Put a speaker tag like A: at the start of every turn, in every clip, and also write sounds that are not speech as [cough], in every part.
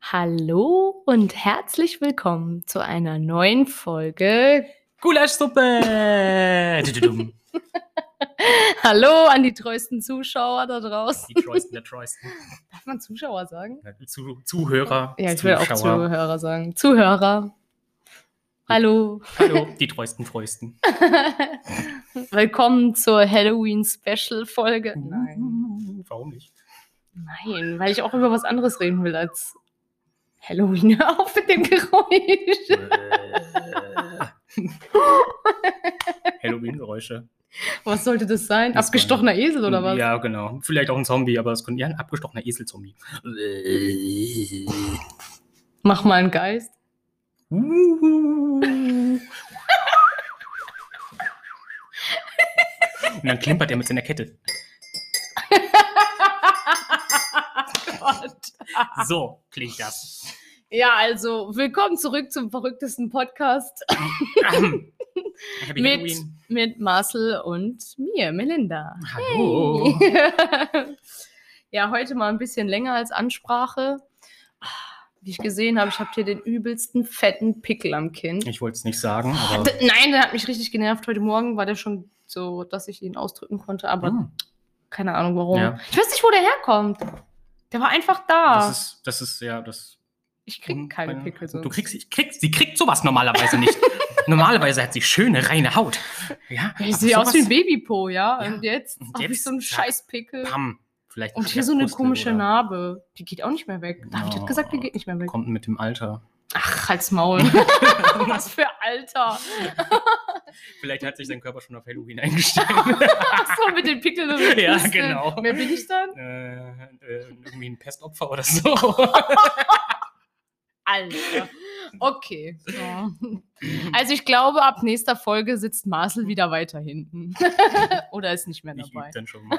A: Hallo und herzlich willkommen zu einer neuen [laughs] Folge.
B: Gulaschsuppe! Tütüdum.
A: Hallo an die treuesten Zuschauer da draußen.
B: Die treuesten der treuesten.
A: Darf man Zuschauer sagen?
B: Zu, Zuhörer,
A: Ja, ich will
B: Zuschauer.
A: auch Zuhörer sagen. Zuhörer. Hallo.
B: Hallo, die treuesten, treuesten.
A: Willkommen zur Halloween-Special-Folge.
B: Mhm. Warum
A: [laughs]
B: nicht?
A: Nein, weil ich auch über was anderes reden will als Halloween. [laughs] Hör auf mit dem
B: Äh,
A: Geräusch.
B: Halloween-Geräusche.
A: Was sollte das sein?
B: Das
A: Abgestochener Esel oder was?
B: Ja, genau. Vielleicht auch ein Zombie, aber es könnte ja ein abgestochener Esel-Zombie.
A: Mach mal einen Geist.
B: Und dann klimpert er mit
A: [laughs]
B: seiner Kette.
A: Gott.
B: So klingt das.
A: Ja, also willkommen zurück zum verrücktesten Podcast
B: Ahem. Happy
A: mit,
B: Halloween.
A: mit Marcel und mir, Melinda.
B: Hallo.
A: [laughs] ja, heute mal ein bisschen länger als Ansprache. Ah, Wie ich gesehen habe, ich habe hier den übelsten fetten Pickel am Kinn. Ah,
B: Ich wollte es nicht sagen, aber.
A: D Nein, der hat mich richtig genervt. Heute Morgen war der schon so, dass ich ihn ausdrücken konnte, aber
B: Hm,
A: keine Ahnung warum.
B: Ja.
A: Ich weiß nicht, wo der herkommt. Der war einfach da.
B: Das ist, das ist ja das.
A: Ah. ich krieg keine Pickel.
B: Du
A: Sonst.
B: kriegst, ich krieg, sie kriegt sowas
A: [laughs]
B: normalerweise nicht. normalerweise hat sie schöne, reine Haut. Ja,
A: Ja,
B: aber
A: ich sehe aus wie ein
B: sowas-
A: Babypo, ja.
B: Ja.
A: Und jetzt
B: Und
A: habe ich
B: jetzt
A: so einen
B: zack.
A: scheiß Pickel.
B: Pam. Vielleicht
A: Und
B: ein
A: hier so eine
B: Pustel
A: komische
B: oder-
A: Narbe. Die geht auch nicht mehr weg. Da habe ich
B: Oh.
A: jetzt gesagt, die geht nicht mehr weg.
B: Kommt mit dem Alter.
A: Ach, halt's Maul. [laughs] Was für Alter.
B: Vielleicht hat sich sein Körper schon auf Halloween [laughs] eingestellt.
A: Ach so, mit den Pickeln. und den
B: [laughs] Ja,
A: Pusteln.
B: genau.
A: Wer bin ich dann?
B: äh, äh, irgendwie ein Pestopfer oder so.
A: Alter. Okay. Ja. Also ich glaube, ab nächster Folge sitzt Marcel wieder weiter
B: [laughs]
A: hinten. Oder ist nicht mehr
B: [laughs] ich übe
A: dabei.
B: dann schon
A: [laughs]
B: mal.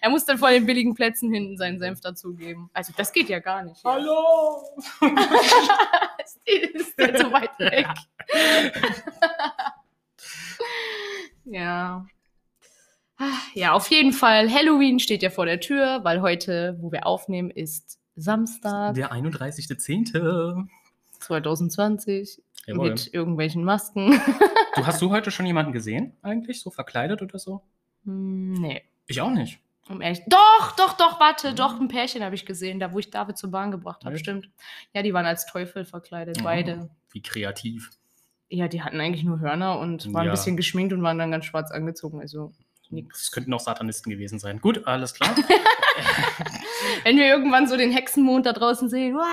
A: Er muss dann vor den billigen Plätzen hinten seinen Senf dazugeben. Also das geht ja gar nicht.
B: Hallo!
A: ist, ist der so
B: [laughs]
A: weit weg. [laughs] ja. Ah, Ja, auf jeden Fall. Halloween steht ja vor der Tür, weil heute, wo wir aufnehmen, ist Samstag
B: Äh, Der 31.10.
A: 2020
B: Jawohl.
A: mit irgendwelchen Masken.
B: Du hast du heute schon jemanden gesehen, eigentlich? So verkleidet oder so?
A: Hm, nee.
B: Ich auch nicht.
A: Um ehrlich. Doch, doch, doch, warte, doch, ein Pärchen habe ich gesehen, da wo ich David zur Bahn gebracht habe,
B: Echt?
A: stimmt. Ja, die waren als Teufel verkleidet, beide.
B: Oh, wie kreativ.
A: Ja, die hatten eigentlich nur Hörner und waren
B: Ja.
A: ein bisschen geschminkt und waren dann ganz schwarz angezogen. Also nix.
B: Es könnten auch Satanisten gewesen sein. Gut, alles klar.
A: Wenn wir irgendwann so den Hexenmond da draußen sehen, wow,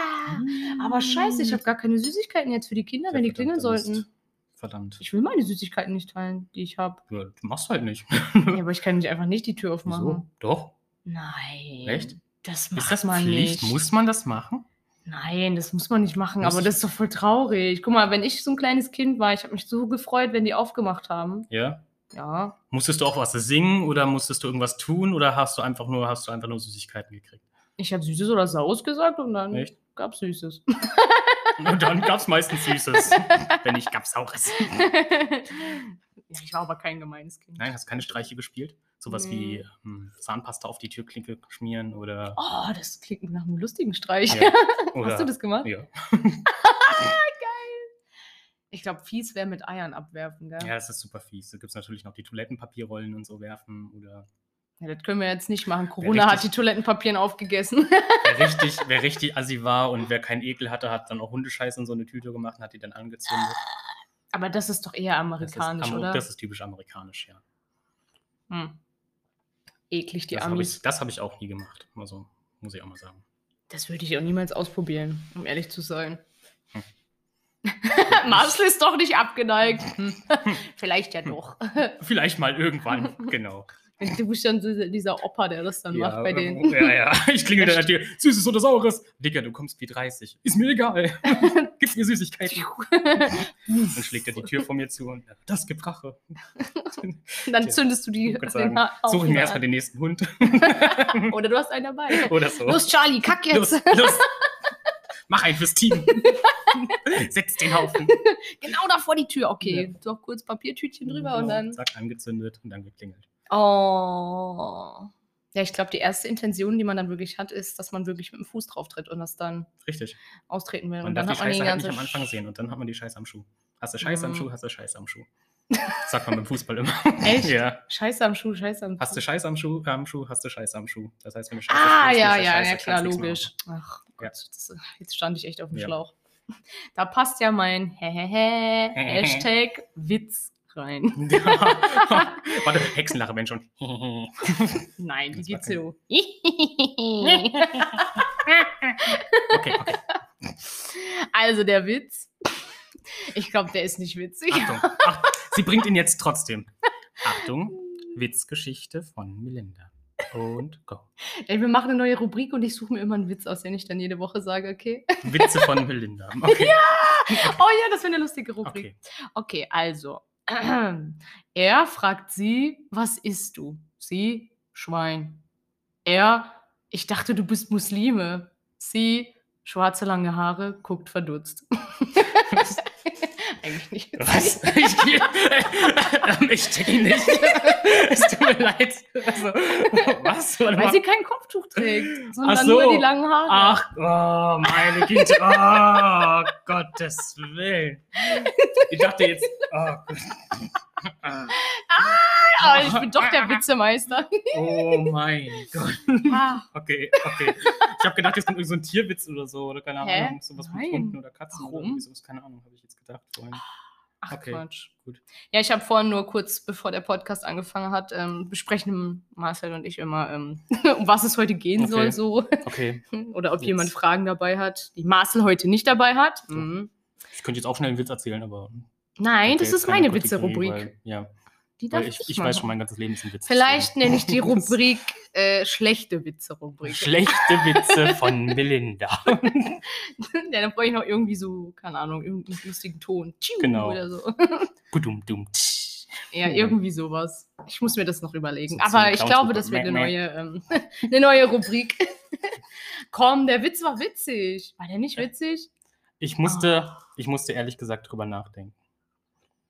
A: [laughs]
B: Mm.
A: aber scheiße, ich habe gar keine Süßigkeiten jetzt für die Kinder, wenn die
B: Verdammter
A: klingeln
B: Mist.
A: sollten.
B: Verdammt.
A: Ich will meine Süßigkeiten nicht teilen, die ich
B: [laughs]
A: habe.
B: Ja, du machst halt nicht.
A: ja, aber ich kann nicht einfach nicht die Tür aufmachen.
B: Wieso? Doch.
A: Nein.
B: Echt?
A: Das macht
B: Ist das
A: man
B: Pflicht?
A: nicht.
B: Muss man das machen?
A: Nein, das muss man nicht machen,
B: Muss
A: aber
B: ich-
A: das ist doch voll traurig. Guck mal, wenn ich so ein kleines Kind war, ich habe mich so gefreut, wenn die aufgemacht haben.
B: Ja.
A: Ja.
B: Musstest du auch was singen oder musstest du irgendwas tun oder hast du einfach nur, hast du einfach nur Süßigkeiten gekriegt?
A: Ich habe Süßes oder Saus gesagt und dann
B: Echt? Oh.
A: gab's Süßes. [laughs]
B: Und dann gab es meistens Süßes. Wenn nicht, gab es Saures.
A: ja, ich war aber kein gemeines Kind.
B: Nein, hast du keine Streiche gespielt? Sowas
A: Nee.
B: wie hm, Zahnpasta auf die Türklinke schmieren oder.
A: Oh, das klingt nach einem lustigen Streich.
B: Ja. oder
A: Oh, Hast du das gemacht?
B: [laughs] Ja.
A: Ich glaube, fies wäre mit Eiern abwerfen, gell?
B: ja, das ist super fies. Da gibt es natürlich noch die Toilettenpapierrollen und so werfen oder.
A: Ja, das können wir jetzt nicht machen. Corona
B: richtig-
A: hat die Toilettenpapieren aufgegessen. [laughs]
B: Wer richtig, wer richtig assi war und wer keinen Ekel hatte, hat dann auch Hundescheiße in so eine Tüte gemacht und hat die dann angezündet.
A: aber das ist doch eher amerikanisch,
B: das ist, Amer-
A: oder?
B: Das ist typisch amerikanisch, ja.
A: hm. Eklig, die
B: das habe
A: Amis.
B: ich, das hab ich auch nie gemacht. Also, muss ich auch mal sagen.
A: Das würde ich auch niemals ausprobieren, um ehrlich zu sein.
B: Hm.
A: [laughs] Marcel ist doch nicht abgeneigt.
B: [laughs]
A: Hm. Vielleicht ja
B: Hm.
A: doch.
B: Vielleicht mal
A: [laughs]
B: irgendwann, genau.
A: Du bist dann so dieser Opa, der das dann macht bei denen.
B: Ja, ja. [laughs] Ich klingel dann an der Tür. Süßes oder Saures? Digga, du kommst wie 30. Ist
A: [laughs]
B: mir egal. Gib mir Süßigkeiten. Dann schlägt er die Tür vor mir zu und äh, das gibt Rache.
A: Dann zündest du die
B: Ich würd
A: [laughs]
B: sagen,
A: Ha-
B: Suche ich mir
A: Haufen
B: erstmal den nächsten Hund [laughs]
A: an. Oder du hast einen dabei.
B: oder [laughs] so.
A: Los, Charlie, kack jetzt.
B: Los,
A: [laughs]
B: los. Mach einen fürs Team. Setz den Haufen.
A: Genau da vor die Tür. Okay, doch
B: Genau.
A: kurz Papiertütchen drüber und dann.
B: Zack, angezündet und dann geklingelt.
A: Oh. Ja, ich glaube, die erste Intention, die man dann wirklich hat, ist, dass man wirklich mit dem Fuß drauf tritt und das dann
B: Richtig.
A: austreten will.
B: Man
A: und
B: darf
A: dann hat man die
B: die Scheiße halt
A: ganze.
B: nicht am Anfang sehen und dann hat man die Scheiße am Schuh. Hast du Scheiße am
A: Mhm.
B: Schuh, hast du Scheiße am Schuh. Sagt man beim Fußball immer.
A: Echt?
B: [laughs] Ja.
A: Scheiße am Schuh, Scheiße am Schuh.
B: Hast du Scheiße am Schuh, äh, am Schuh, hast du Scheiße am Schuh. Das heißt, wenn du Scheiße
A: Ah,
B: spielst,
A: ja,
B: spielst du
A: ja,
B: Scheiße,
A: ja,
B: kannst
A: klar,
B: nichts machen.
A: logisch. Ach Gott,
B: Ja.
A: das, jetzt stand ich echt auf dem
B: Ja.
A: Schlauch. [laughs] Da passt ja mein Hehehe Hashtag Witz rein.
B: Ja. [laughs] Warte, Hexenlache, wenn schon. [laughs]
A: Nein, wie
B: Das
A: geht's
B: war
A: so? also [laughs]
B: Okay, okay.
A: Also, der Witz. Ich glaube, der ist nicht witzig.
B: Achtung. Ach, sie bringt ihn jetzt trotzdem. Achtung, Witzgeschichte von Melinda. Und go.
A: Ey, wir machen eine neue Rubrik und ich suche mir immer einen Witz aus, den ich dann jede Woche sage, okay?
B: Witze von Melinda. Okay.
A: Oh ja, das wäre eine lustige Rubrik.
B: okay.
A: Okay, also. [clears throat] Er fragt sie, was isst du? Sie, Schwein. Er, ich dachte, du bist Muslime. Sie, schwarze lange Haare, guckt verdutzt. [laughs] Eigentlich nicht.
B: Was? Ich, [laughs] ähm, ich check ihn nicht. [laughs] Es tut mir leid. Also, was? Warte
A: Weil
B: mal.
A: sie kein Kopftuch trägt, sondern
B: so.
A: nur die langen Haare.
B: Ach, oh, meine Güte. Oh, Gottes Willen. Ich dachte jetzt. Oh, Gott. Ah.
A: [laughs] Aber ich bin doch der Witzemeister.
B: oh mein Gott.
A: [laughs] Ah,
B: Okay, okay. Ich habe gedacht, jetzt kommt irgend so ein Tierwitz oder so. Oder keine
A: Hä?
B: Ahnung. Sowas
A: Nein.
B: mit Hunden oder Katzen.
A: Warum?
B: Oder irgendwie sowas. Keine Ahnung, habe ich jetzt gedacht.
A: [laughs]
B: Vorhin.
A: Ach
B: Okay,
A: Quatsch.
B: gut.
A: Ja, ich habe vorhin nur kurz, bevor der Podcast angefangen hat, ähm, besprechen Marcel und ich immer, ähm, [laughs] um was es heute gehen soll,
B: Okay.
A: so.
B: Okay.
A: [laughs] Oder ob
B: Jetzt.
A: jemand Fragen dabei hat, die Marcel heute nicht dabei hat.
B: So.
A: Mhm.
B: Ich könnte jetzt auch schnell einen Witz erzählen, aber.
A: Nein,
B: Okay,
A: das
B: jetzt
A: ist meine
B: keine gute Idee,
A: Witze-Rubrik.
B: weil- Ja.
A: Die darf
B: Weil
A: ich,
B: ich, ich weiß schon,
A: machen.
B: mein ganzes Leben ist ein Witz.
A: Vielleicht
B: deswegen.
A: nenne ich die
B: [laughs]
A: Rubrik äh, schlechte Witze-Rubrik.
B: Schlechte Witze von Melinda.
A: [laughs] ja, dann brauche ich noch irgendwie so, keine Ahnung, irgendeinen lustigen Ton. Tschiu
B: Genau.
A: Oder
B: [laughs]
A: so.
B: Gudum dum.
A: Ja,
B: Hm.
A: irgendwie sowas. Ich muss mir das noch überlegen.
B: So
A: Aber
B: eine
A: ich glaube,
B: Clownsgruppe.
A: das wird eine
B: Meh,
A: neue, ähm, [laughs] eine neue Rubrik. [laughs] Komm, der Witz war witzig. War der nicht witzig?
B: Ich musste, ich musste ehrlich gesagt drüber nachdenken.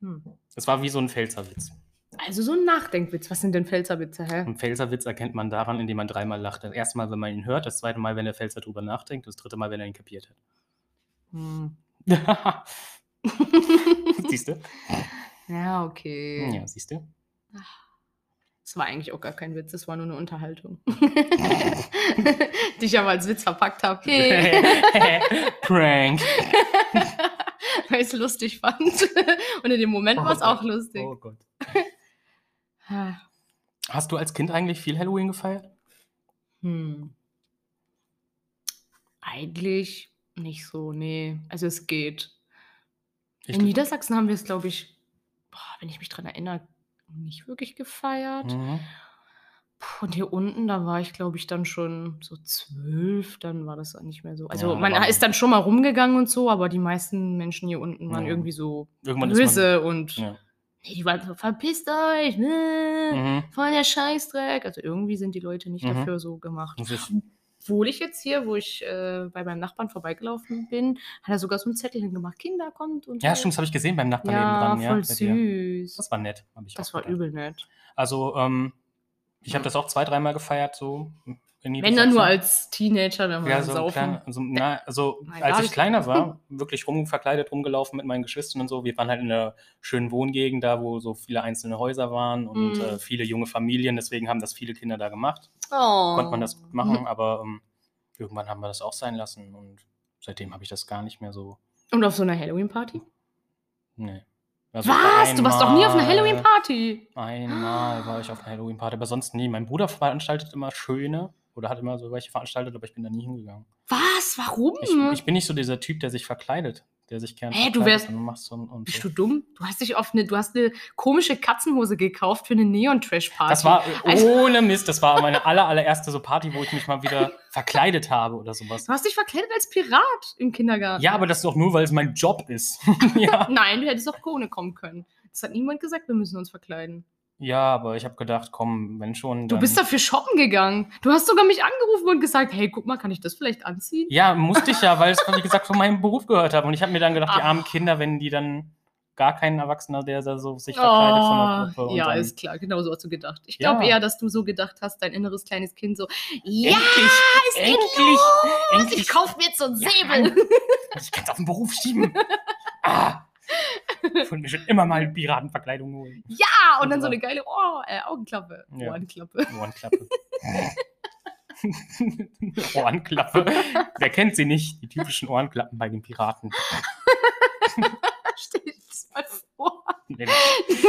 A: Hm.
B: Das war wie so ein Pfälzerwitz.
A: Also so ein Nachdenkwitz. Was sind denn Pfälzerwitze, hä?
B: Ein Pfälzerwitz erkennt man daran, indem man dreimal lacht. Das erste Mal, wenn man ihn hört, das zweite Mal, wenn der Pfälzer drüber nachdenkt, das dritte Mal, wenn er ihn kapiert
A: Hm.
B: hat. [laughs] siehst du?
A: Ja, okay.
B: Ja, siehst du?
A: Das war eigentlich auch gar kein Witz, das war nur eine
B: [laughs]
A: Unterhaltung. [laughs] Die ich aber als Witz verpackt [laughs]
B: [laughs]
A: habe. Hey.
B: Prank.
A: Weil ich es lustig fand. [laughs] Und in dem Moment war es
B: Oh
A: auch lustig.
B: Oh Gott.
A: Ah.
B: Hast du als Kind eigentlich viel Halloween gefeiert?
A: Hm. Eigentlich nicht so, nee. Also es geht.
B: Ich-
A: In Niedersachsen haben wir es, glaube ich, boah, wenn ich mich dran erinnere, nicht wirklich gefeiert.
B: Mhm.
A: Puh, und hier unten, da war ich, glaube ich, dann schon so zwölf, dann war das auch nicht mehr so. Also
B: Ja, da
A: man
B: waren-
A: ist dann schon mal rumgegangen und so, aber die meisten Menschen hier unten waren
B: Ja.
A: irgendwie so
B: Irgendwann ist man.
A: böse und
B: Ja.
A: nee, die waren so, verpisst euch, ne?
B: Mhm.
A: voll der Scheißdreck. Also irgendwie sind die Leute nicht
B: Mhm.
A: dafür so gemacht.
B: Das ist
A: Obwohl ich jetzt hier, wo ich äh, bei meinem Nachbarn vorbeigelaufen bin, hat er sogar so einen Zettel hingemacht, Kinder kommt und
B: Ja,
A: so.
B: stimmt, das habe ich gesehen beim Nachbarn
A: ja,
B: nebenan. Ja,
A: voll
B: bei dir.
A: süß.
B: Das war nett. hab Ich
A: Das
B: auch
A: war
B: gedacht.
A: übel nett.
B: Also, ähm, ich habe das auch zwei, dreimal gefeiert, so. in
A: Wenn dann
B: Niedersachsen.
A: nur als Teenager, dann mal
B: Ja, so, ein
A: saufen.
B: kleiner, so na, also
A: [laughs] Nein,
B: als
A: da
B: ich
A: hab ich- [laughs]
B: kleiner war, wirklich rumverkleidet, rumgelaufen mit meinen Geschwistern und so. Wir waren halt in einer schönen Wohngegend da, wo so viele einzelne Häuser waren und
A: Mhm.
B: äh, viele junge Familien. Deswegen haben das viele Kinder da gemacht.
A: Oh.
B: Konnte man das gut machen, aber ähm, irgendwann haben wir das auch sein lassen und seitdem habe ich das gar nicht mehr so.
A: Und auf so einer Halloween-Party?
B: Nee.
A: Was?
B: Also
A: Du warst doch nie auf einer
B: einmal-
A: Halloween-Party.
B: Einmal war ich auf einer Halloween-Party, aber sonst nie. Mein Bruder veranstaltet immer schöne oder hat immer so welche veranstaltet, aber ich bin da nie hingegangen.
A: Was? Warum?
B: Ich, ich bin nicht so dieser Typ, der sich verkleidet, der sich gerne
A: Hm. Hä, du
B: verkleidet
A: wärst-
B: und machst so, und
A: Bist
B: so.
A: du dumm? Du hast dich auf eine, du hast eine komische Katzenhose gekauft für eine Neon-Trash-Party.
B: Das war
A: Also-
B: ohne Mist, das war meine aller, allererste so Party, wo ich mich mal wieder verkleidet habe oder sowas.
A: Du hast dich verkleidet als Pirat im Kindergarten.
B: Ja, aber das ist doch nur, weil es mein Job ist. [laughs] ja.
A: Nein, du hättest auch ohne kommen können. Das hat niemand gesagt, wir müssen uns verkleiden.
B: ja, aber ich habe gedacht, komm, wenn schon.
A: Du
B: dann-
A: bist dafür shoppen gegangen. Du hast sogar mich angerufen und gesagt, hey, guck mal, kann ich das vielleicht anziehen? Ah.
B: Ja, musste ich ja, weil es, wie gesagt, von meinem Beruf gehört habe. Und ich habe mir dann gedacht, die
A: Ach.
B: armen Kinder, wenn die dann gar kein Erwachsener, der da so sich verkleidet von der Gruppe. und
A: Oh, ja,
B: dann-
A: ist klar, genau so hast du gedacht. Ich glaube
B: Ja.
A: eher, dass du so gedacht hast, dein inneres kleines Kind so, ja,
B: endlich,
A: ist endlich,
B: endlich, endlich.
A: ich kauf mir jetzt so einen
B: Ja,
A: Säbel.
B: Ich kann es auf den Beruf schieben. ah. Ich wollte mir schon immer mal Piratenverkleidung holen.
A: Ja, und
B: Und
A: dann so
B: so.
A: eine geile oh, äh, Augenklappe,
B: Ja.
A: Ohrenklappe.
B: Ohrenklappe. [laughs] Ohrenklappe. Wer kennt sie nicht? Die typischen Ohrenklappen bei den Piraten.
A: [laughs] Stell dir das mal vor.
B: Nee, [laughs] es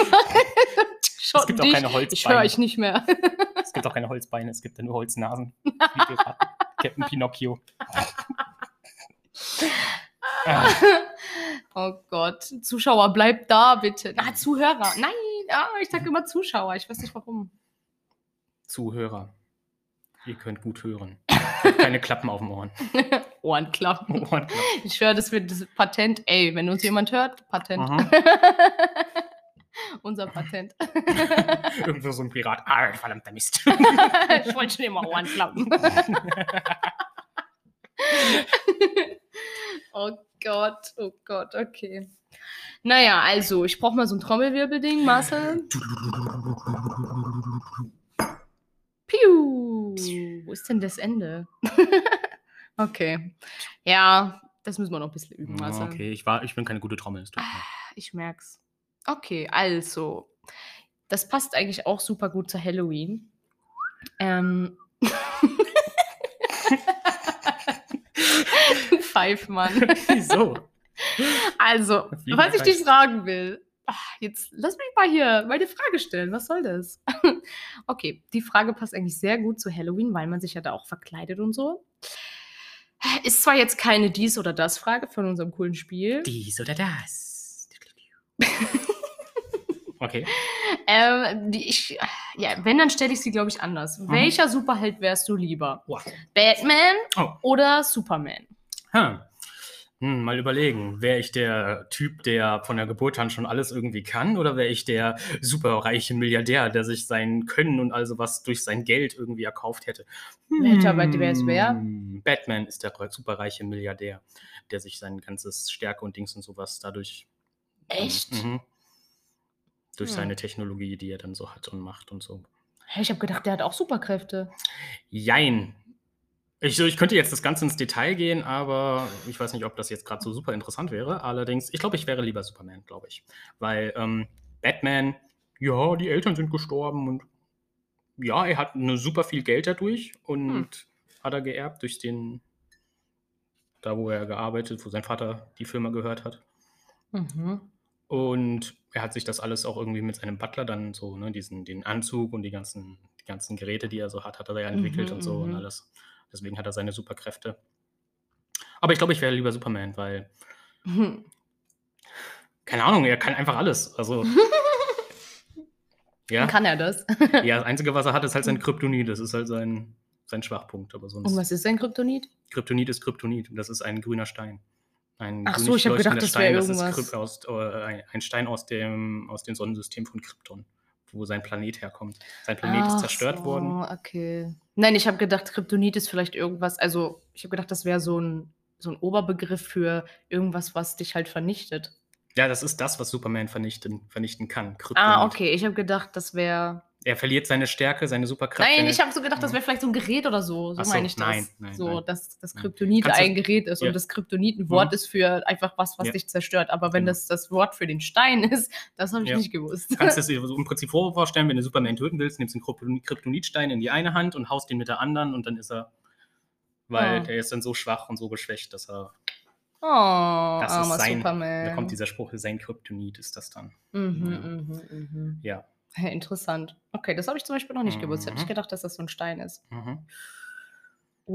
A: Schotten
B: gibt auch
A: dich.
B: keine
A: ich höre
B: Holzbeine.
A: euch nicht mehr.
B: Es gibt auch keine Holzbeine, es gibt ja nur Holznasen. Wie Piraten. Captain Pinocchio. ah.
A: oh Gott. Zuschauer, bleibt da bitte. Na, Zuhörer. Nein, ah, ich sag immer Zuschauer. Ich weiß nicht warum.
B: Zuhörer, ihr könnt gut hören. Ihr habt Keine Klappen auf dem Ohren. [laughs]
A: Ohrenklappen.
B: Ohrenklappen.
A: Oh, Ich höre, das wird das Patent. Ey, wenn uns jemand hört, Patent.
B: Mhm.
A: Unser Patent.
B: Irgendwo so ein Pirat. Ah, verdammter Mist.
A: ich wollte schon immer Ohrenklappen. [laughs] oh Gott, oh Gott, okay. Naja, also, ich brauche mal so ein Trommelwirbelding, Marcel. Piu! Wo ist denn das Ende? [laughs] okay. Ja, das müssen wir noch ein bisschen üben, Marcel.
B: okay, ich, war, ich bin keine gute Trommel. es tut mir leid.
A: Ich merk's. Okay, also. Das passt eigentlich auch super gut zu Halloween. Ähm. [laughs] Du Pfeifmann.
B: [laughs] Wieso?
A: Also,
B: Wie
A: was ich
B: geil.
A: dich fragen will. Ach, Jetzt lass mich mal hier meine Frage stellen. Was soll das? [laughs] Okay, die Frage passt eigentlich sehr gut zu Halloween, weil man sich ja da auch verkleidet und so. Ist zwar jetzt keine dies oder das Frage von unserem coolen Spiel.
B: Dies oder das. Okay.
A: Ähm, die ich, ja, wenn, dann stelle ich sie, glaube ich, anders. Welcher Superheld wärst du lieber?
B: Wow.
A: Batman
B: Oh.
A: oder Superman?
B: Hm. Hm, mal überlegen, wäre ich der Typ, der von der Geburt an schon alles irgendwie kann, oder wäre ich der superreiche Milliardär, der sich sein Können und also was durch sein Geld irgendwie erkauft hätte?
A: Welcher bei dir wär's wer?
B: Hm, Batman ist der superreiche Milliardär, der sich sein ganzes Stärke und Dings und sowas dadurch.
A: Echt?
B: Mhm. Durch
A: Hm.
B: seine Technologie, die er dann so hat und macht und so.
A: Hä, Ich habe gedacht, der hat auch Superkräfte.
B: Jein. Ich, ich könnte jetzt das Ganze ins Detail gehen, aber ich weiß nicht, ob das jetzt gerade so super interessant wäre. Allerdings, ich glaube, ich wäre lieber Superman, glaube ich. Weil ähm, Batman, ja, die Eltern sind gestorben und ja, er hat nur super viel Geld dadurch und
A: Hm.
B: hat er geerbt durch den, da wo er gearbeitet, wo sein Vater die Firma gehört hat.
A: Mhm.
B: Und er hat sich das alles auch irgendwie mit seinem Butler dann so, ne, diesen, den Anzug und die ganzen, die ganzen Geräte, die er so hat, hat er ja entwickelt
A: Mhm,
B: und so und
A: mhm.
B: alles. Deswegen hat er seine Superkräfte. Aber ich glaube, ich wäre lieber Superman, weil, keine Ahnung, er kann einfach alles.
A: [laughs]
B: Also. ja,
A: Kann er
B: [laughs]
A: das?
B: ja, das Einzige, was er hat, ist halt sein Kryptonit. Das ist halt sein, sein Schwachpunkt. Aber sonst.
A: Und was ist denn Kryptonit?
B: Kryptonit ist Kryptonit. Das ist ein grüner Stein. Ein
A: Ach so,
B: grünlich
A: ich hab gedacht,
B: leuchtender
A: das wär
B: Stein, ist
A: irgendwas.
B: Kryp- aus, äh, ein- ein Stein aus dem, aus dem Sonnensystem von Krypton, wo sein Planet herkommt. Sein Planet ist
A: Ach
B: zerstört
A: so,
B: worden.
A: Okay. Nein, ich habe gedacht, Kryptonit ist vielleicht irgendwas. Also, ich habe gedacht, das wäre so ein, so ein Oberbegriff für irgendwas, was dich halt vernichtet.
B: Ja, das ist das, was Superman vernichten, vernichten kann. Krypton.
A: Ah, okay. Ich habe gedacht, das wäre.
B: Er verliert seine Stärke, seine Superkraft.
A: Nein,
B: seine,
A: ich habe so gedacht, das
B: Ja.
A: wäre vielleicht so ein Gerät oder so. So
B: Ach so,
A: meine ich das.
B: nein, nein,
A: so,
B: nein.
A: dass das
B: Nein.
A: Kryptonit
B: Kannst du-
A: ein Gerät ist
B: Ja.
A: und das Kryptonit ein Wort
B: Mhm.
A: ist für einfach was, was
B: Ja.
A: dich zerstört. Aber wenn
B: Genau.
A: das das Wort für den Stein [laughs] ist, das habe ich
B: Ja.
A: nicht gewusst.
B: Du [laughs] kannst es dir so im Prinzip vor- vorstellen, wenn du Superman töten willst, nimmst den Krypton- Kryptonitstein in die eine Hand und haust den mit der anderen und dann ist er, weil
A: Ah.
B: der ist dann so schwach und so geschwächt, dass er,
A: [laughs] Oh,
B: das ist
A: armer
B: sein,
A: Superman.
B: da kommt dieser Spruch, sein Kryptonit ist das dann.
A: mhm,
B: Ja.
A: mhm, mhm.
B: Ja.
A: Hä, Interessant. Okay, das habe ich zum Beispiel noch nicht gewusst. Hätte ich
B: Mhm.
A: gedacht, dass das so ein Stein ist.
B: Mhm.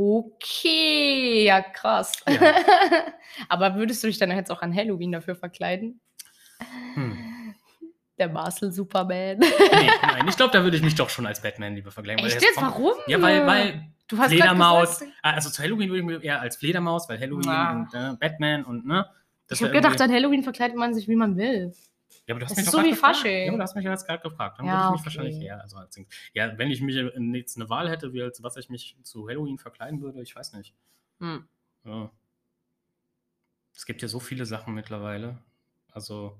A: Okay, ja krass.
B: Ja.
A: [laughs] Aber würdest du dich dann jetzt auch an Halloween dafür verkleiden?
B: Hm.
A: Der Marcel Superman.
B: Nee, nein, ich glaube, da würde ich mich doch schon als Batman lieber vergleichen. weil
A: Echt
B: das
A: jetzt?
B: kommt-
A: Warum?
B: Ja, weil, weil
A: Du hast grad
B: Fledermaus,
A: gesagt,
B: ah, also zu Halloween würde ich mich eher als Fledermaus, weil Halloween
A: Ah.
B: und äh, Batman und, ne?
A: ich
B: wär
A: habe gedacht,
B: irgendwie-
A: an Halloween verkleidet man sich, wie man will.
B: ja, aber du hast
A: das
B: mich
A: ist
B: doch
A: so
B: grad
A: wie
B: gefragt.
A: Fasching.
B: Ja, aber du hast mich jetzt gerade gefragt. Dann
A: Ja,
B: würde ich mich
A: okay.
B: wahrscheinlich eher, also als, ja, wenn ich mich äh, jetzt eine Wahl hätte, wie als was ich mich zu Halloween verkleiden würde, ich weiß nicht.
A: Hm.
B: Ja. Es gibt ja so viele Sachen mittlerweile. Also,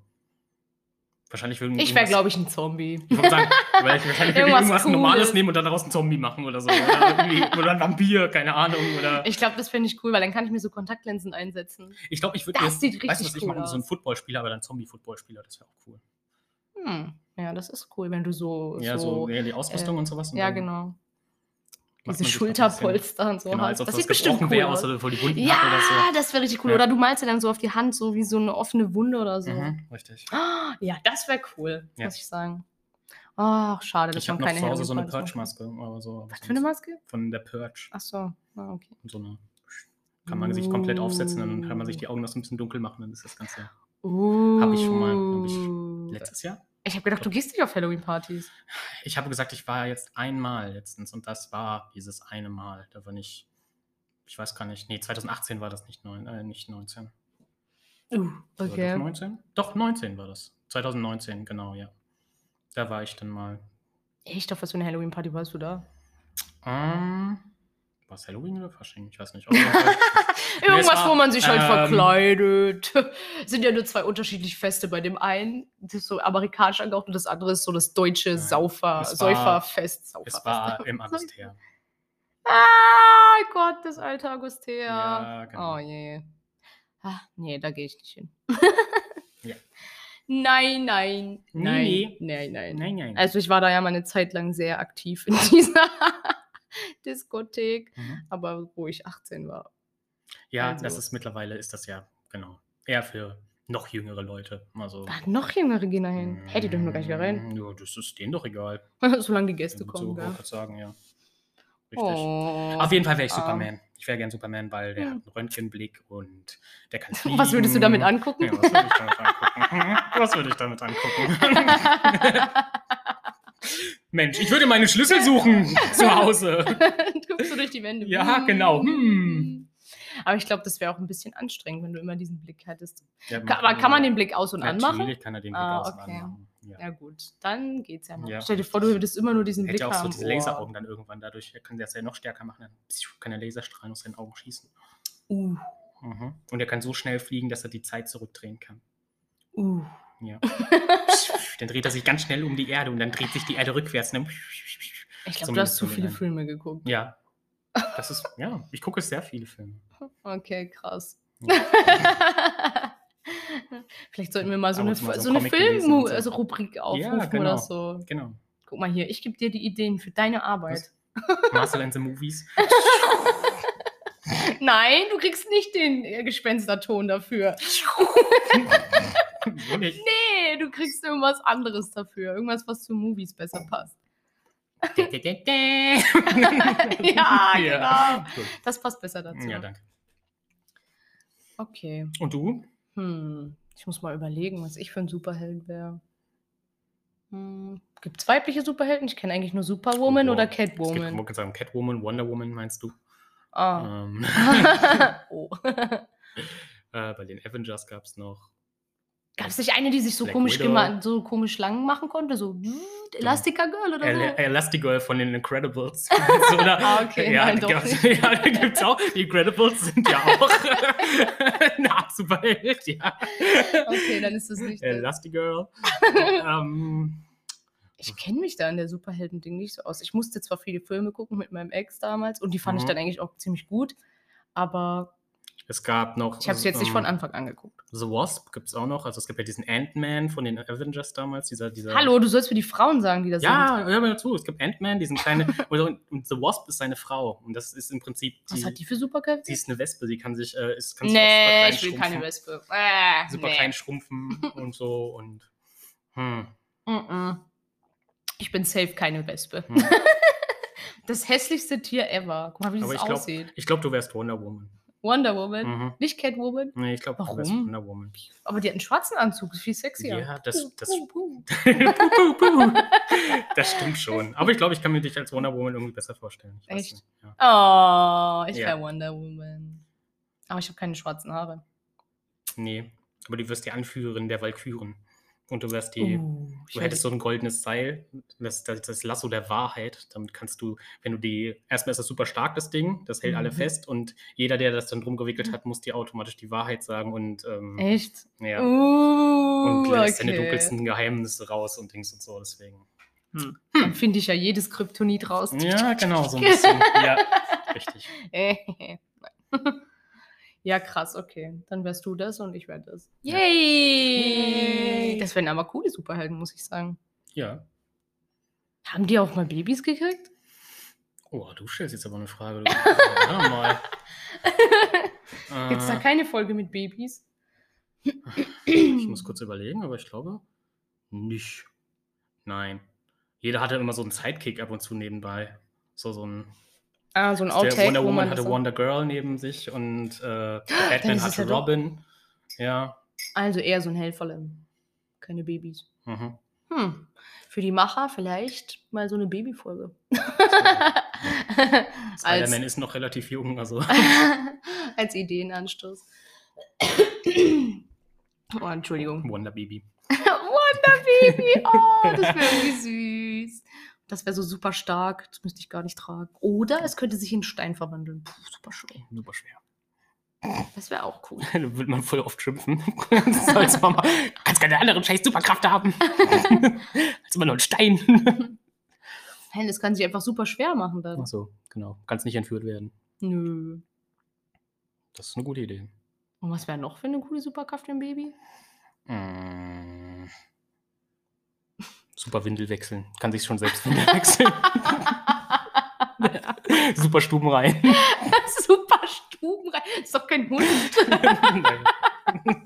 B: Wahrscheinlich würden
A: Ich wäre, glaube ich, ein Zombie.
B: Ich
A: [laughs]
B: würde sagen, weil ich wahrscheinlich irgendwas,
A: Irgendwas
B: irgendwas Normales
A: Cooles.
B: nehmen und dann daraus einen Zombie machen oder so. Oder,
A: [laughs]
B: irgendwie- oder ein Vampir, keine Ahnung. Oder
A: Ich glaube, das finde ich cool, weil dann kann ich mir so Kontaktlinsen einsetzen.
B: ich glaube, ich würde
A: Das
B: jetzt,
A: sieht
B: weißt du,
A: richtig
B: was ich
A: cool
B: machen? So ein
A: aus.
B: Footballspieler, aber dann Zombie-Footballspieler, das wäre auch cool.
A: Hm. Ja, das ist cool, wenn du so.
B: ja, so ja, die Ausrüstung und sowas. Und
A: ja,
B: dann
A: genau.
B: macht
A: Diese
B: man sich noch ein bisschen-
A: Schulterpolster und so.
B: Genau, als
A: hast.
B: ob
A: Das
B: das,
A: sieht bestimmt
B: gebrochen
A: cool
B: wäre,
A: aus.
B: außer voll die Wunden
A: Ja,
B: hat oder so.
A: das wäre richtig cool.
B: Ja.
A: Oder du malst dir dann so auf die Hand so wie so eine offene Wunde oder so.
B: Mhm, richtig.
A: Ah, Ja, das wäre cool,
B: Ja.
A: muss ich sagen. Ach, schade, dass
B: Ich habe
A: man
B: noch
A: keine
B: zu Hause so eine
A: Halloween-Partys macht.
B: Purge-Maske oder so. aber
A: Was für eine Maske?
B: Von der Purge.
A: Ach so, ah, okay.
B: So eine, kann man sich komplett aufsetzen, dann kann
A: Mm.
B: man sich die Augen noch so ein bisschen dunkel machen, dann ist das Ganze.
A: Uh.
B: ich schon mal- hab Letztes Jahr?
A: Ich habe gedacht, du gehst nicht auf Halloween-Partys.
B: Ich habe gesagt, ich war jetzt einmal letztens und das war dieses eine Mal. Da war nicht, ich weiß gar nicht, nee, 2018 war das nicht, neun, äh, nicht 19.
A: Uh,
B: Oder Doch
A: okay.
B: 19? Doch, 19 war das. 2019, genau, ja. Da war ich dann mal.
A: Echt, auf was für eine Halloween-Party warst du da?
B: Ähm, war es Halloween oder Fasching? Ich weiß nicht. Auf jeden
A: [laughs]
B: Fall-
A: Irgendwas,
B: es war,
A: wo man sich halt
B: ähm,
A: verkleidet. [laughs] Sind ja nur zwei unterschiedliche Feste. Bei dem einen das ist so amerikanisch angehaucht und das andere ist so das deutsche
B: Nein,
A: Saufer,
B: es war-
A: Säuferfest.
B: es
A: Sauferfest. [laughs]
B: war äh, im Augustea.
A: Ah, Gott, das alte Augustea.
B: Ja, genau.
A: Oh je. Ah, nee, da gehe ich nicht hin.
B: Ja.
A: [laughs] Nein, nein,
B: Nee,
A: nein,
B: nee.
A: nein, nein,
B: Nein, nein.
A: Also ich war da ja mal eine Zeit lang sehr aktiv in [laughs] dieser Diskothek,
B: Mhm.
A: aber wo ich 18 war.
B: ja,
A: also-
B: das ist mittlerweile, ist das ja, genau, eher für noch jüngere Leute. Also,
A: Da hat noch jüngere gehen dahin. Hey, die dürfen doch gar nicht mehr rein. [laughs]
B: Mm, Hm. Ja, das ist denen doch egal.
A: Solange die Gäste
B: Wenn du
A: kommen,
B: so
A: gell?
B: hoch sagen, ja. Richtig.
A: Oh.
B: Auf jeden Fall wäre ich
A: arm.
B: Superman. Ich wäre gern Superman, weil der
A: Hm.
B: hat einen Röntgenblick und der kann fliegen.
A: [laughs] Was würdest du damit angucken? [laughs]
B: Ja, was würde ich damit angucken? [laughs] was würde ich damit angucken?
A: [laughs]
B: Mensch, ich würde meine Schlüssel
A: [laughs]
B: suchen zu Hause.
A: Guckst du durch die Wände.
B: Ja, genau. Hm.
A: Aber ich glaube, das wäre auch ein bisschen anstrengend, wenn du immer diesen Blick hättest.
B: Ja,
A: Ka- aber kann man den Blick aus- und anmachen?
B: Natürlich kann er den Blick
A: Ah,
B: aus- und
A: okay.
B: anmachen. Ja.
A: Ja gut, dann geht's ja noch.
B: Ja.
A: Stell dir vor, du würdest immer nur diesen
B: Hätte
A: Blick
B: ja auch so
A: haben.
B: diese Laseraugen dann irgendwann dadurch, er kann das ja noch stärker machen, dann kann er Laserstrahlen aus seinen Augen schießen.
A: Uh,
B: Mhm. Und er kann so schnell fliegen, dass er die Zeit zurückdrehen kann.
A: uh. [laughs]
B: Ja. dann dreht er sich ganz schnell um die Erde und dann dreht sich die Erde rückwärts. Und dann
A: Ich glaube, du
B: Zumindest
A: hast zu
B: so
A: viele
B: wie ein-
A: Filme geguckt.
B: ja. Das ist, ja, ich gucke sehr viele Filme.
A: Okay, krass.
B: Ja.
A: [laughs] Vielleicht sollten wir mal so
B: Ab und
A: eine,
B: zu mal
A: so
B: so
A: eine
B: einen Comic gelesen und so.
A: Film-Rubrik aufrufen
B: genau.
A: oder so.
B: Genau.
A: Guck mal hier, ich gebe dir die Ideen für deine Arbeit.
B: Marcel and the Movies. [laughs]
A: [laughs] Nein, du kriegst nicht den äh, Gespensterton
B: [laughs]
A: dafür.
B: so nicht.
A: Nee, du kriegst irgendwas anderes dafür. Irgendwas, was zu Movies besser
B: [laughs]
A: passt. [laughs] ja, genau.
B: Gut.
A: Das passt besser dazu.
B: Ja, danke.
A: Okay.
B: Und du?
A: Hm, ich muss mal überlegen, was ich für ein Superheld wäre. Hm, Gibt es weibliche Superhelden? Ich kenne eigentlich nur Superwoman
B: Oh,
A: oder
B: wow. Es gibt,
A: Catwoman.
B: man kann sagen, Catwoman, Wonder Woman meinst du?
A: Ah.
B: Ähm, [laughs]
A: oh. [laughs]
B: äh, bei den Avengers gab es noch.
A: Gab es nicht eine, die sich so
B: Black
A: komisch,
B: Widow.
A: gema- so komisch lang machen konnte? So Elastica Girl oder so?
B: El Elastigirl von
A: [laughs]
B: den Incredibles. So, oder?
A: Ah, okay,
B: [laughs] ja,
A: nein,
B: die
A: doch
B: gab's,
A: nicht.
B: ja, die gibt's auch. Die Incredibles sind ja auch [laughs] eine Art Superheld, ja.
A: [laughs] Okay, dann
B: [laughs]
A: ist das nicht. das. [laughs]
B: Elastigirl. ähm,
A: Ich kenne mich da an der Superhelden-Ding nicht so aus. Ich musste zwar viele Filme gucken mit meinem Ex damals und die fand ich
B: Mhm.
A: dann eigentlich auch ziemlich gut, aber
B: es gab noch.
A: ich habe es jetzt nicht
B: ähm,
A: von Anfang an geguckt.
B: The Wasp gibt's auch noch. Also es gibt ja diesen Ant-Man von den Avengers damals. Dieser, dieser
A: Hallo, du sollst mir die Frauen sagen, die das sind.
B: Ja, äh, hör mal dazu. Es gibt Ant-Man, diesen kleinen. [laughs] und, und The Wasp ist seine Frau. Und das ist im Prinzip.
A: Was
B: die-
A: hat die für Superkräfte?
B: Sie ist eine Wespe, sie kann sich, äh, ist, kann sich
A: Nee,
B: auch
A: ich will keine
B: schrumpfen,
A: Wespe. Äh,
B: Super
A: nee. [laughs]
B: klein schrumpfen und so und hm,
A: Mm-mm. Ich bin safe keine Wespe.
B: hm.
A: [laughs] Das hässlichste Tier ever. Guck mal, wie
B: Aber
A: das
B: ich glaub-
A: aussieht.
B: Ich glaube, du wärst Wonder Woman.
A: Wonder Woman,
B: Mhm.
A: nicht Catwoman,
B: Nee, ich glaube, du wärst
A: Warum?
B: Wonder Woman.
A: aber die hat einen schwarzen Anzug, ist viel sexier.
B: Ja, das-
A: Puh,
B: das-
A: puh,
B: [laughs]
A: puh.
B: Puh, puh. das stimmt schon. Aber ich glaube, ich kann mir dich als Wonder Woman irgendwie besser vorstellen. Ich weiß
A: Echt?
B: nicht. Ja.
A: Oh, ich
B: Ja.
A: wäre Wonder Woman. Aber ich habe keine schwarzen Haare.
B: Nee, aber du wirst die Anführerin der Walküren. Und du wärst die,
A: Uh, ich
B: du
A: werd-
B: hättest so ein goldenes Seil, das, das, das Lasso der Wahrheit. Damit kannst du, wenn du die, erstmal ist das super stark, das Ding, das hält alle
A: Mhm.
B: fest und jeder, der das dann drum gewickelt hat, muss dir automatisch die Wahrheit sagen und ähm,
A: Echt?
B: ja,
A: Uh,
B: und lässt deine
A: okay.
B: dunkelsten Geheimnisse raus und Dings und so, deswegen.
A: Dann finde ich ja jedes Kryptonit raus.
B: Ja, genau, so
A: [laughs]
B: ein bisschen. ja, richtig.
A: [laughs] ja, krass, okay. Dann wärst du das und ich wär das. Yay!
B: Yay.
A: Das wären aber coole Superhelden, muss ich sagen.
B: Ja.
A: Haben die auch mal Babys gekriegt?
B: Oh, du stellst jetzt aber
A: [laughs]
B: eine Frage. Du. Ja, mal. Äh,
A: Gibt es da keine Folge mit Babys?
B: ich muss kurz überlegen, aber ich glaube nicht. Nein. Jeder hatte immer so einen Sidekick ab und zu nebenbei. So, so ein.
A: Ah, so ein
B: der
A: Outtake.
B: Wonder
A: wo
B: Woman
A: man
B: hatte
A: das-
B: Wonder Girl neben sich
A: [gasps]
B: und äh, Batman
A: ist es
B: hatte
A: ja doch-
B: Robin. Ja.
A: Also eher so ein Helferle. Keine Babys.
B: Mhm.
A: Hm. Für die Macher vielleicht mal so eine Babyfolge. [laughs] Als-
B: Spider-Man ist noch relativ jung, also.
A: [laughs] als Ideenanstoß. [coughs] Oh, [laughs] Entschuldigung.
B: [laughs] Wonder Baby.
A: Wonder Baby. Oh, das wäre irgendwie süß. Das wäre so super stark. Das müsste ich gar nicht tragen. Oder es könnte sich in Stein verwandeln. Puh, super schön.
B: Super schwer.
A: Das wäre auch cool.
B: Da würde man voll oft schimpfen. [laughs] Als Mama, kannst keine anderen scheiß Superkraft [laughs] haben. Als immer nur ein Stein.
A: Hey, das kann sich einfach super schwer machen dann.
B: Achso, genau. Kannst nicht entführt werden.
A: Nö.
B: Das ist eine gute Idee.
A: Und was wäre noch für eine coole Superkraft für ein Baby? [laughs]
B: Mm. Super Windel wechseln. Kann sich schon selbst Windel wechseln. [laughs] Super Stuben rein. [laughs]
A: super Stubenrein. Ist doch kein Hund. Super Stubenrein. [laughs]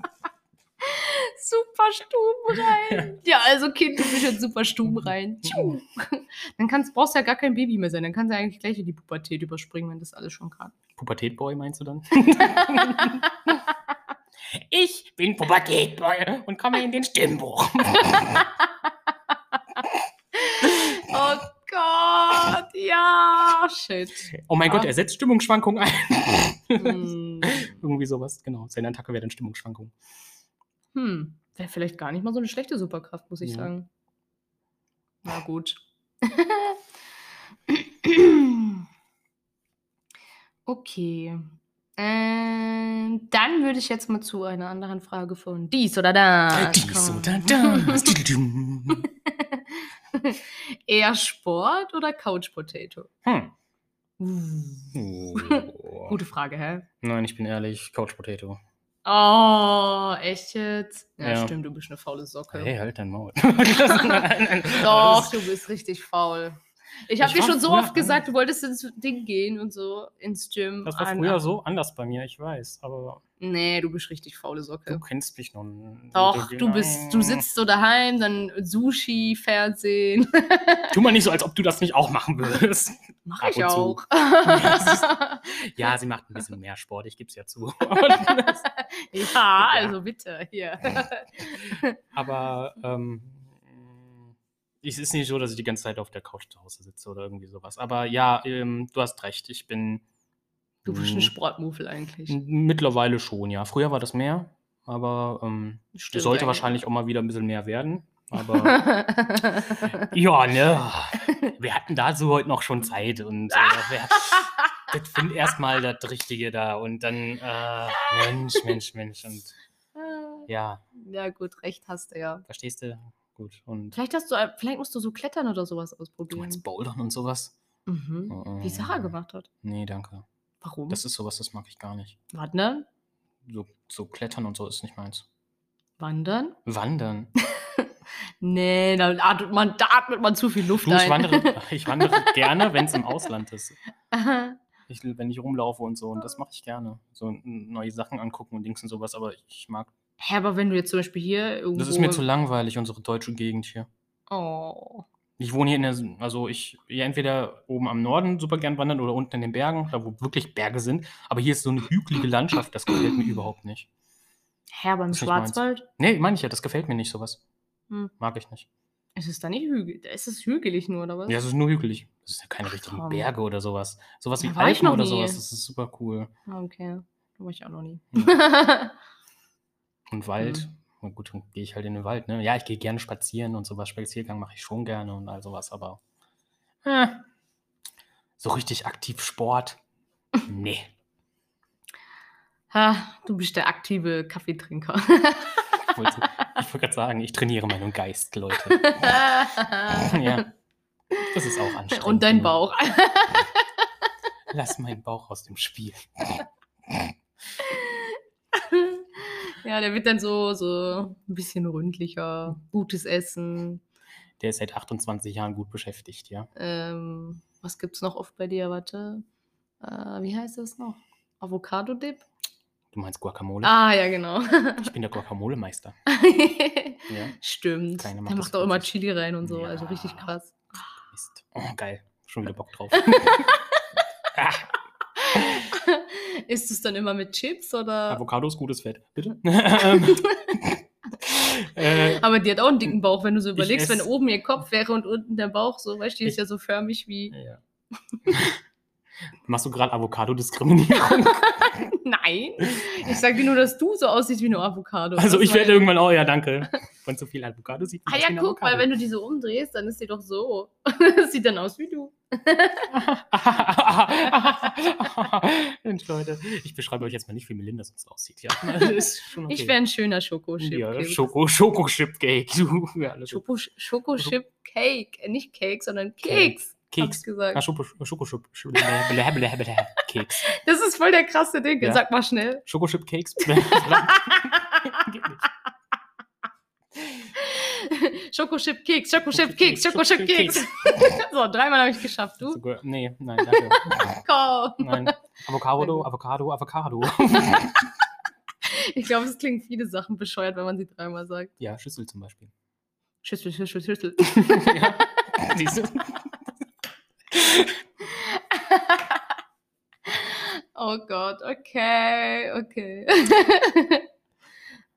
A: Ja, also Kind, du bist jetzt super Stubenrein. Tschu. [laughs] Dann kannst, brauchst du ja gar kein Baby mehr sein. Dann kannst du ja eigentlich gleich in die Pubertät überspringen, wenn das alles schon kann.
B: Pubertätboy meinst [laughs] du dann? ich bin Pubertätboy und komme in den Stimmbruch.
A: Oh Gott, ja, shit.
B: Oh mein Gott,
A: Ah.
B: er setzt Stimmungsschwankungen ein.
A: Hm, [laughs]
B: Irgendwie sowas, genau. Seine Attacke wäre dann Stimmungsschwankung.
A: hm. wäre vielleicht gar nicht mal so eine schlechte Superkraft, muss ich
B: Ja.
A: sagen. Na gut. [laughs] okay. Ähm, dann würde ich jetzt mal zu einer anderen Frage von dies oder das.
B: Äh, Dies
A: kommen.
B: oder das. Tididum.
A: [laughs] Eher Sport oder Couch Potato?
B: Hm.
A: Uh,
B: Oh.
A: Gute Frage, hä?
B: Nein, ich bin ehrlich, Couch Potato.
A: Oh, echt jetzt? Ja,
B: Ja.
A: stimmt, du bist eine faule Socke.
B: Hey, halt dein Maul. [laughs]
A: Doch, [laughs]
B: Doch.
A: du bist richtig faul. Ich
B: Ich
A: habe dir
B: war
A: schon so
B: früher
A: oft gesagt, du wolltest ins Ding gehen und so, ins Gym.
B: Das war
A: an-
B: früher so anders bei mir, ich weiß. Aber
A: Nee, du bist richtig faule
B: du
A: Socke.
B: kennst mich noch. nicht.
A: Doch, du bist, du sitzt so daheim, dann Sushi, Fernsehen. [laughs]
B: Tu mal nicht so, als ob du das nicht auch machen würdest. [laughs]
A: Mach
B: Ab
A: ich
B: und zu. [laughs]
A: auch.
B: Ja, sie macht ein bisschen mehr Sport, ich gebe es ja zu. [laughs]
A: ja, also bitte,
B: [laughs]
A: hier.
B: Aber ähm, es ist nicht so, dass ich die ganze Zeit auf der Couch zu Hause sitze oder irgendwie sowas. Aber ja, ähm, du hast recht. Ich bin
A: Du bist
B: Mm.
A: ein Sportmuffel
B: Hm.
A: eigentlich.
B: mittlerweile schon, ja. Früher war das mehr, aber ähm,
A: Stimmt
B: sollte
A: eigentlich.
B: wahrscheinlich auch mal wieder ein bisschen mehr werden.
A: [laughs]
B: Aber ja, ne. Wir hatten dazu heute noch schon Zeit und äh,
A: [laughs]
B: wer, das find erstmal das Richtige da und dann äh, Mensch, Mensch, Mensch. Und ja,
A: Ah, ja, gut, recht hast du ja.
B: verstehst du? Gut. Und
A: Vielleicht, hast du, vielleicht musst du so klettern oder sowas
B: du
A: ausprobieren.
B: meinst Bouldern und sowas?
A: Mhm. Wie Sarah gemacht hat.
B: Nee, danke.
A: Warum?
B: Das ist sowas, das mag ich gar nicht.
A: Wandern?
B: So, so klettern und so ist nicht meins.
A: Wandern?
B: Wandern.
A: Nee, da atmet man, da atmet man zu viel Luft
B: Du, ich
A: ein. [laughs]
B: wandere, ich wandere gerne, wenn es im Ausland ist.
A: Aha.
B: Ich, wenn ich rumlaufe und so, und das mache ich gerne. So n- neue Sachen angucken und Dings und sowas, aber ich mag.
A: Hä, aber wenn du jetzt zum Beispiel hier irgendwo...
B: Das ist mir zu langweilig, unsere deutsche Gegend hier.
A: Oh.
B: Ich wohne hier in der, also ich, ja, entweder oben am Norden super gern wandern oder unten in den Bergen, da wo wirklich Berge sind. Aber hier ist so eine hügelige Landschaft, das gefällt mir überhaupt nicht.
A: Hä, aber im
B: Das ist nicht meins.
A: Schwarzwald?
B: Nee, meine ich ja, das gefällt mir nicht, sowas.
A: Hm.
B: Mag ich nicht.
A: Ist es da nicht hügelig? Ist es hügelig nur, oder was?
B: Ja, es ist nur hügelig. Es ist ja keine richtigen
A: komm.
B: Berge oder sowas. Sowas wie
A: Da war ich
B: Alpen
A: noch
B: oder
A: nie.
B: sowas, das ist super cool. Hm.
A: [laughs] Ah, Okay, da war ich auch noch nie.
B: Und Wald na gut, dann gehe ich halt in den Wald. Ne? Ja, ich gehe gerne spazieren und sowas. Spaziergang mache ich schon gerne und all sowas, aber äh,
A: Ah,
B: so richtig
A: [laughs]
B: aktiv Sport? Nee.
A: Ha, du bist der aktive
B: [laughs]
A: Kaffeetrinker.
B: Ich wollte ich wollte gerade sagen, ich trainiere meinen Geist, Leute.
A: [laughs]
B: ja, das ist auch anstrengend.
A: Und dein Bauch. [laughs]
B: Lass meinen Bauch aus dem Spiel.
A: Ja, der wird dann so, so ein bisschen ründlicher. Gutes Essen.
B: Der ist seit 28 Jahren gut beschäftigt, ja.
A: Ähm, was gibt's noch oft bei dir? Warte. Äh, wie heißt das noch? Avocado-Dip?
B: Du meinst Guacamole?
A: Ah, ja, genau. [laughs]
B: Ich bin der Guacamole-Meister. Ja.
A: Stimmt.
B: Keine macht
A: der
B: das
A: macht auch
B: mit
A: immer
B: sich.
A: Chili rein und so. Also
B: Ja.
A: richtig krass.
B: Mist. Oh, geil. Schon wieder Bock
A: [laughs]
B: drauf.
A: Ist es dann immer mit Chips oder?
B: Avocado ist gutes Fett.
A: [laughs]
B: Bitte? [laughs] Ähm, äh,
A: Aber die hat auch einen dicken Bauch, wenn du so überlegst, wenn
B: ess-
A: oben ihr Kopf wäre und unten der Bauch, so, weißt du, die ist
B: Ich-
A: ja so förmig wie.
B: ja. [laughs] Machst du
A: [laughs]
B: gerade Avocado-Diskriminierung?
A: [laughs]
B: [laughs]
A: Nein! Ich sag dir nur, dass du so aussiehst wie eine Avocado.
B: Also
A: Das
B: ich werde
A: meine-
B: irgendwann, oh ja, danke. Von zu viel Avocado sieht man
A: Ah
B: aus
A: ja,
B: wie eine
A: guck mal,
B: Avocado.
A: wenn du die so umdrehst, dann ist sie doch so. [laughs] Das sieht dann aus wie du.
B: [laughs] Mensch, Leute, ich beschreibe euch jetzt mal nicht, wie Melinda sonst aussieht. Ja, das ist schon okay.
A: Ich wäre ein schöner Schokoschip.
B: ja,
A: Kim.
B: Schoko, Schoko Chip Cake. Du, ja, alles gut.
A: Schoko Schokoschip Cake. Äh, Nicht Cake, sondern Keks. Keks.
B: Keks. Keks. Ah,
A: gesagt.
B: Schoko, Schoko Chip. Keks.
A: Das ist voll der krasse Ding.
B: Ja.
A: Sag mal schnell. [laughs]
B: Schoko Chip Cakes. Geht nicht.
A: Schokoschip Keks, Schokoschip Keks, Schokoschip Keks. [laughs] Also So, dreimal habe ich geschafft. [laughs] Du?
B: Sogar- Nee, nein,
A: [laughs]
B: danke.
A: Komm.
B: Nein. Avocado, Avocado, Avocado.
A: Ich glaube, es klingen viele Sachen bescheuert, wenn man sie dreimal sagt.
B: Ja, Schüssel zum Beispiel.
A: Schüssel, Schüssel, Schüssel.
B: ja. Diese-
A: [laughs] Oh Gott, okay, okay.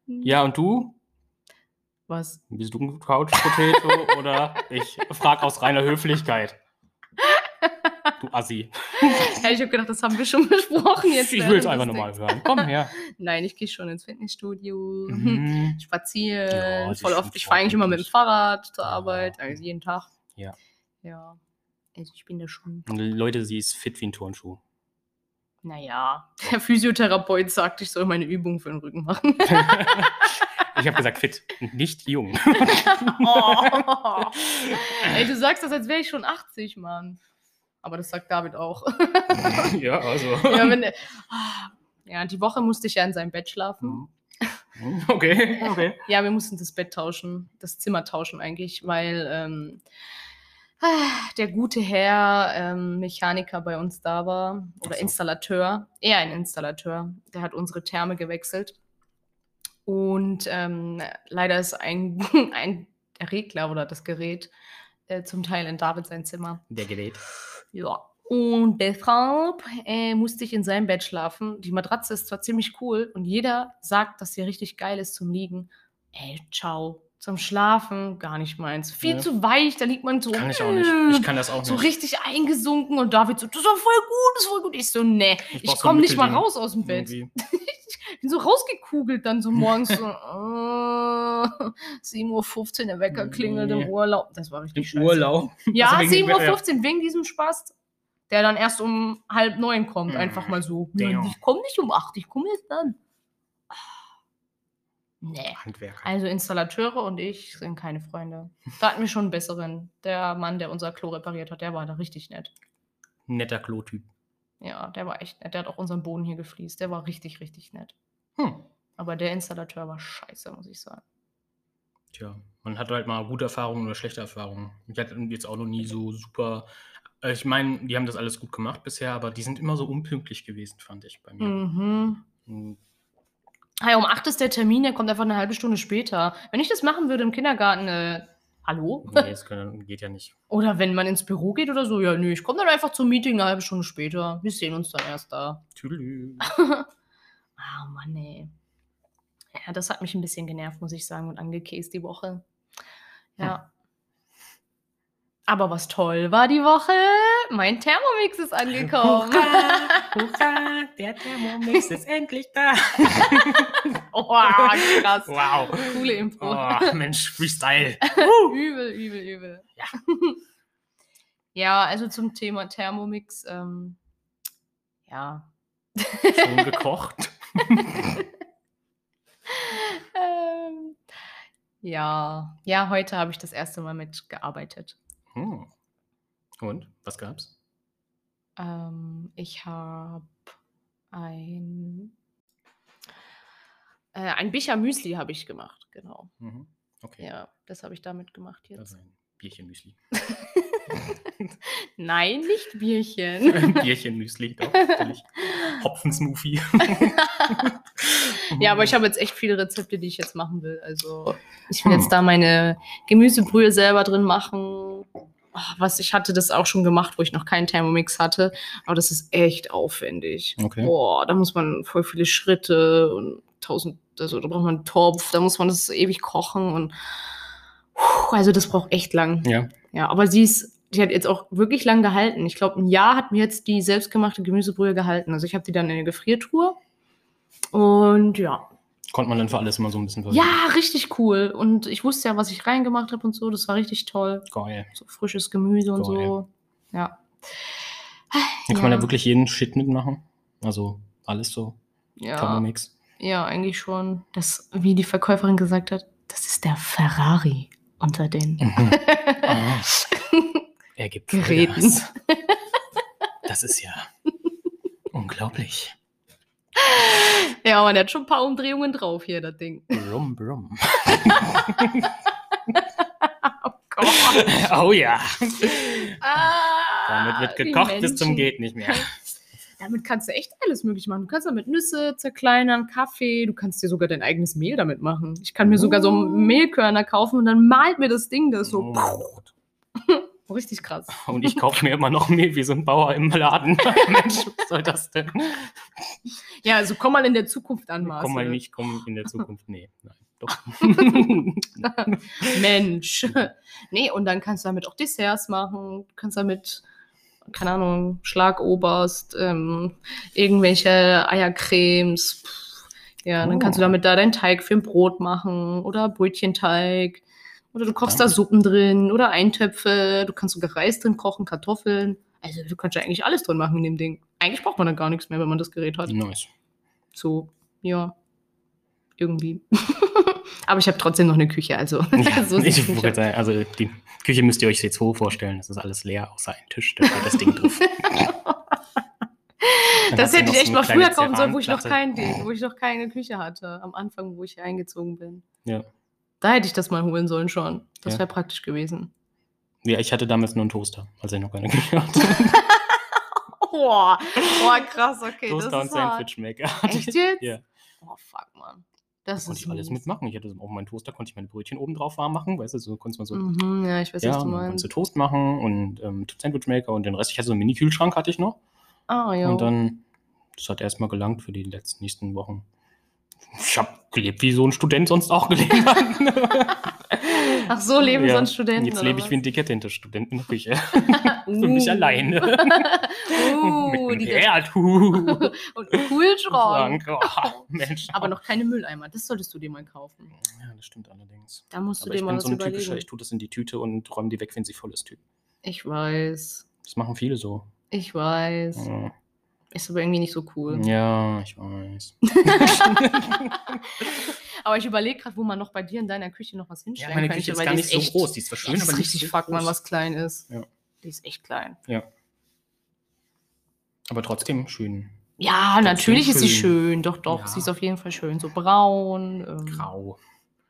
B: ja, und du?
A: [laughs] Was?
B: Bist du
A: [laughs]
B: ein Couch-Potato oder ich frage aus reiner Höflichkeit? Du
A: [laughs]
B: Assi.
A: Hey, ich habe gedacht, das haben wir schon besprochen. Jetzt
B: ich
A: während
B: will es
A: des
B: einfach
A: Dings.
B: nochmal hören.
A: [laughs]
B: Komm her.
A: Nein, ich gehe schon ins Fitnessstudio.
B: Mhm.
A: Spazieren,
B: Ja, das
A: voll
B: ist
A: oft.
B: schon
A: Ich fahre eigentlich immer mit dem
B: vorbildlich.
A: Fahrrad zur
B: Ja.
A: Arbeit, also jeden Tag.
B: Ja.
A: Ja. Also ich bin da schon.
B: Und Leute, sie ist fit wie ein Turnschuh.
A: Naja, der Physiotherapeut sagt, ich soll meine Übung für den Rücken machen.
B: Ich habe gesagt fit,
A: [laughs]
B: nicht jung.
A: [laughs] oh. [laughs] Ey, du sagst das, als wäre ich schon 80, Mann. Aber das sagt David [laughs] auch.
B: ja, also.
A: ja, wenn, Ah, ja, die Woche musste ich ja in seinem Bett schlafen.
B: Mhm. [laughs] Okay, okay.
A: Ja, wir mussten das Bett tauschen, das Zimmer tauschen eigentlich, weil ähm, ah, der gute Herr ähm, Mechaniker bei uns da war oder
B: Ach so.
A: Installateur, eher ein Installateur, der hat unsere Therme gewechselt. Und ähm, leider ist ein, [laughs] ein Regler oder das Gerät äh, zum Teil in David sein Zimmer.
B: Der Gerät.
A: Ja. Und deshalb äh, musste ich in seinem Bett schlafen. Die Matratze ist zwar ziemlich cool und jeder sagt, dass sie richtig geil ist zum Liegen. Ey, ciao. Zum Schlafen gar nicht meins. Viel
B: Ja.
A: zu weich, da liegt man so. "Hm."
B: Kann ich auch nicht. Ich kann das auch
A: so
B: nicht.
A: richtig eingesunken und David so, das ist doch voll gut, das ist voll gut. Ich so, nee, ich,
B: Ich brauch so ein
A: komme nicht mal
B: Mittelding.
A: raus aus dem Bett.
B: Irgendwie.
A: Ich bin so rausgekugelt dann so morgens
B: [laughs]
A: so, äh, 7.15 Uhr, der Wecker klingelt im
B: Nee.
A: Urlaub. Das war
B: Im
A: richtig scheiße.
B: Urlaub.
A: Ja,
B: Also wegen-
A: 7.15 Uhr wegen diesem Spaß, der dann erst um halb neun kommt,
B: Mm,
A: einfach mal so.
B: damn.
A: Ich komme nicht um acht, ich komme jetzt dann. Nee.
B: Handwerker.
A: Also Installateure und ich sind keine Freunde. Da hatten wir schon einen besseren. Der Mann, der unser Klo repariert hat, der war da richtig nett.
B: Netter Klotyp.
A: Ja, der war echt nett. Der hat auch unseren Boden hier gefliest. Der war richtig, richtig nett.
B: Hm.
A: Aber der Installateur war scheiße, muss ich sagen.
B: Tja, man hat halt mal gute Erfahrungen oder schlechte Erfahrungen. Ich hatte jetzt auch noch nie so super. äh, Ich meine, die haben das alles gut gemacht bisher, aber die sind immer so unpünktlich gewesen, fand ich bei mir.
A: Mhm.
B: Mhm.
A: Ah ja, um 8 ist der Termin, der kommt einfach eine halbe Stunde später. Wenn ich das machen würde im Kindergarten, äh, hallo?
B: Nee, das kann, geht ja nicht.
A: Oder wenn man ins Büro geht oder so, ja, nö, ich komme dann einfach zum Meeting eine halbe Stunde später. Wir sehen uns dann erst da.
B: Tüdelü.
A: Ah, Mann, ey. Ja, das hat mich ein bisschen genervt, muss ich sagen, und angekäst die Hm. Woche. Ja. Aber was toll war die Woche, mein Thermomix ist angekommen. [laughs]
B: hurra, der Thermomix ist endlich da.
A: Wow, Oh, krass.
B: Wow.
A: Coole Info.
B: Oh, Mensch, Freestyle.
A: Übel, übel, übel. Oh. Ja. [laughs] ja, also zum Thema Thermomix. Ähm, ja. [laughs]
B: Schon gekocht.
A: Ähm, ja. Ja, heute habe ich das erste Mal mitgearbeitet.
B: Hm. Und, was gab's?
A: Ähm, ich habe ein, äh, ein Bicher Müsli habe ich gemacht, genau.
B: Mhm. Okay.
A: Ja, das habe ich damit gemacht jetzt.
B: Also ein Bierchen-Müsli.
A: Nein, nicht [laughs]
B: [laughs]
A: Bierchen.
B: Ein Bierchen-Müsli,
A: [laughs]
B: doch, natürlich. Hopfen-Smoothie.
A: Ja, aber
B: Mhm.
A: ich habe jetzt echt viele Rezepte, die ich jetzt machen will. Also ich will
B: Hm.
A: jetzt da meine Gemüsebrühe selber drin machen. Ah, was ich hatte das auch schon gemacht, wo ich noch keinen Thermomix hatte. Aber das ist echt aufwendig.
B: Okay.
A: Boah, da muss man voll viele Schritte und tausend, also da braucht man einen Topf, da muss man das ewig kochen und puh, also das braucht echt lang.
B: Ja.
A: Ja, aber sie ist, die hat jetzt auch wirklich lang gehalten. Ich glaube, ein Jahr hat mir jetzt die selbstgemachte Gemüsebrühe gehalten. Also ich habe die dann in der Gefriertruhe. Und ja.
B: Konnte man dann für alles immer so ein bisschen verwenden.
A: Ja, richtig cool. Und ich wusste ja, was ich reingemacht habe und so. Das war richtig toll.
B: Geil.
A: So frisches Gemüse und
B: Geil.
A: so. Ja.
B: Hier kann man
A: Ja.
B: da wirklich jeden Shit mitmachen. Also alles so.
A: Ja, [laughs]
B: Thermomix.
A: ja, eigentlich schon. Das, wie die Verkäuferin gesagt hat, das ist der Ferrari unter den
B: Mhm. Ah. Er gibt
A: Geräten.
B: Vollgas. Das
A: [laughs]
B: ist ja unglaublich.
A: Ja, man hat schon ein paar Umdrehungen drauf hier, das Ding. [laughs]
B: Brumm, brumm.
A: Oh Gott.
B: [laughs] [laughs] Oh ja.
A: Ah,
B: Damit wird
A: die
B: gekocht bis zum
A: Menschen.
B: geht nicht mehr.
A: Damit kannst du echt alles möglich machen. Du kannst damit Nüsse zerkleinern, Kaffee, du kannst dir sogar dein eigenes Mehl damit machen. Ich kann mir sogar so Mehlkörner kaufen und dann malt mir das Ding das so. Oh,
B: Oh mein Gott.
A: Richtig krass.
B: Und ich kaufe mir immer noch Mehl wie so ein Bauer im Laden. [laughs] Mensch, was soll das denn?
A: Ja, also komm mal in der Zukunft an, Marcel.
B: Komm mal nicht, komm in der Zukunft. Nee, nein,
A: [laughs]
B: doch.
A: Mensch. [laughs] nee, und dann kannst du damit auch Desserts machen. Du kannst damit, keine Ahnung, Schlagoberst, ähm, irgendwelche Eiercremes. Pff, Ja, dann kannst du
B: Oh.
A: damit da deinen Teig für ein Brot machen oder Brötchenteig. Oder du kochst da
B: Verdammt.
A: Suppen drin oder Eintöpfe. Du kannst sogar Reis drin kochen, Kartoffeln. Also du kannst ja eigentlich alles drin machen in dem Ding. Eigentlich braucht man dann gar nichts mehr, wenn man das Gerät hat.
B: nice.
A: So, ja. Irgendwie. [laughs] Aber ich habe trotzdem noch eine Küche, also.
B: [laughs] Ja,
A: [laughs] so sieht's
B: ich
A: nicht
B: wollte
A: aus.
B: sagen, also die Küche müsst ihr euch jetzt hoch vorstellen. Das ist alles leer, außer ein Tisch. Da steht das Ding
A: [laughs]
B: drauf. Dann
A: das
B: hast du
A: hätte
B: noch
A: ich echt
B: so
A: mal
B: eine kleine
A: früher kaufen sollen, wo ich noch
B: Ceranplatte.
A: kein, wo ich noch keine Küche hatte. Am Anfang, wo ich eingezogen bin.
B: Ja.
A: Da hätte ich das mal holen sollen schon. Das
B: Ja.
A: wäre praktisch
B: [laughs]
A: gewesen.
B: Ja, ich hatte damals nur einen Toaster, als ich noch keine Küche hatte.
A: Oh, oh krass, okay.
B: Toaster
A: das
B: und
A: ist hart.
B: Sandwich-Maker. hatte ich.
A: Echt jetzt?
B: [laughs] Ja.
A: Oh, fuck, Mann. Das
B: konnte
A: ist
B: ich alles
A: mies.
B: mitmachen. Ich hatte so- auf meinem Toaster konnte ich meine Brötchen oben drauf warm machen, weißt du, so konntest man so
A: Mhm, ja, ich weiß,
B: ja,
A: was du
B: man konnte
A: meinst.
B: Toast machen und ähm, Sandwich Maker und den Rest. Ich hatte so einen Mini-Kühlschrank hatte ich noch
A: Ah, ja.
B: und dann das hat erstmal gelangt für die letzten nächsten Wochen. Ich habe gelebt, wie so ein Student sonst auch gelebt hat.
A: Ach, so [laughs] leben
B: Ja,
A: sonst Studenten.
B: Jetzt
A: oder
B: lebe ich
A: was?
B: wie ein dekadenter Student in der Küche. Für
A: Uh.
B: mich alleine.
A: [laughs] uh,
B: [laughs] Mit
A: die [laughs]
B: einem Herd. Huh.
A: und einen Kühlschrank.
B: Schrank. Oh, Mensch.
A: Aber noch keine Mülleimer. Das solltest du dir mal kaufen.
B: Ja, das stimmt allerdings.
A: Da musst du
B: Aber
A: dir
B: ich
A: mal
B: bin
A: was
B: so ein typischer,
A: überlegen.
B: ich tue das in die Tüte und räume die weg, wenn sie voll ist, Typ.
A: Ich weiß.
B: Das machen viele so.
A: Ich weiß.
B: Ja.
A: Ist aber irgendwie nicht so cool.
B: Ja, ich weiß.
A: Aber ich überlege gerade, wo man noch bei dir in deiner Küche noch was
B: Ja,
A: hinstellen
B: meine
A: könnte.
B: Küche ist
A: weil
B: gar
A: die
B: nicht so
A: echt,
B: groß. Die ist zwar schön,
A: das
B: aber
A: ist
B: nicht
A: richtig
B: so
A: fuck, man,
B: groß.
A: was klein ist.
B: Ja.
A: Die ist echt klein.
B: Aber trotzdem schön.
A: Ja, natürlich ist sie schön. Doch, doch.
B: Ja.
A: Sie ist auf jeden Fall schön. So braun. Ähm,
B: Grau.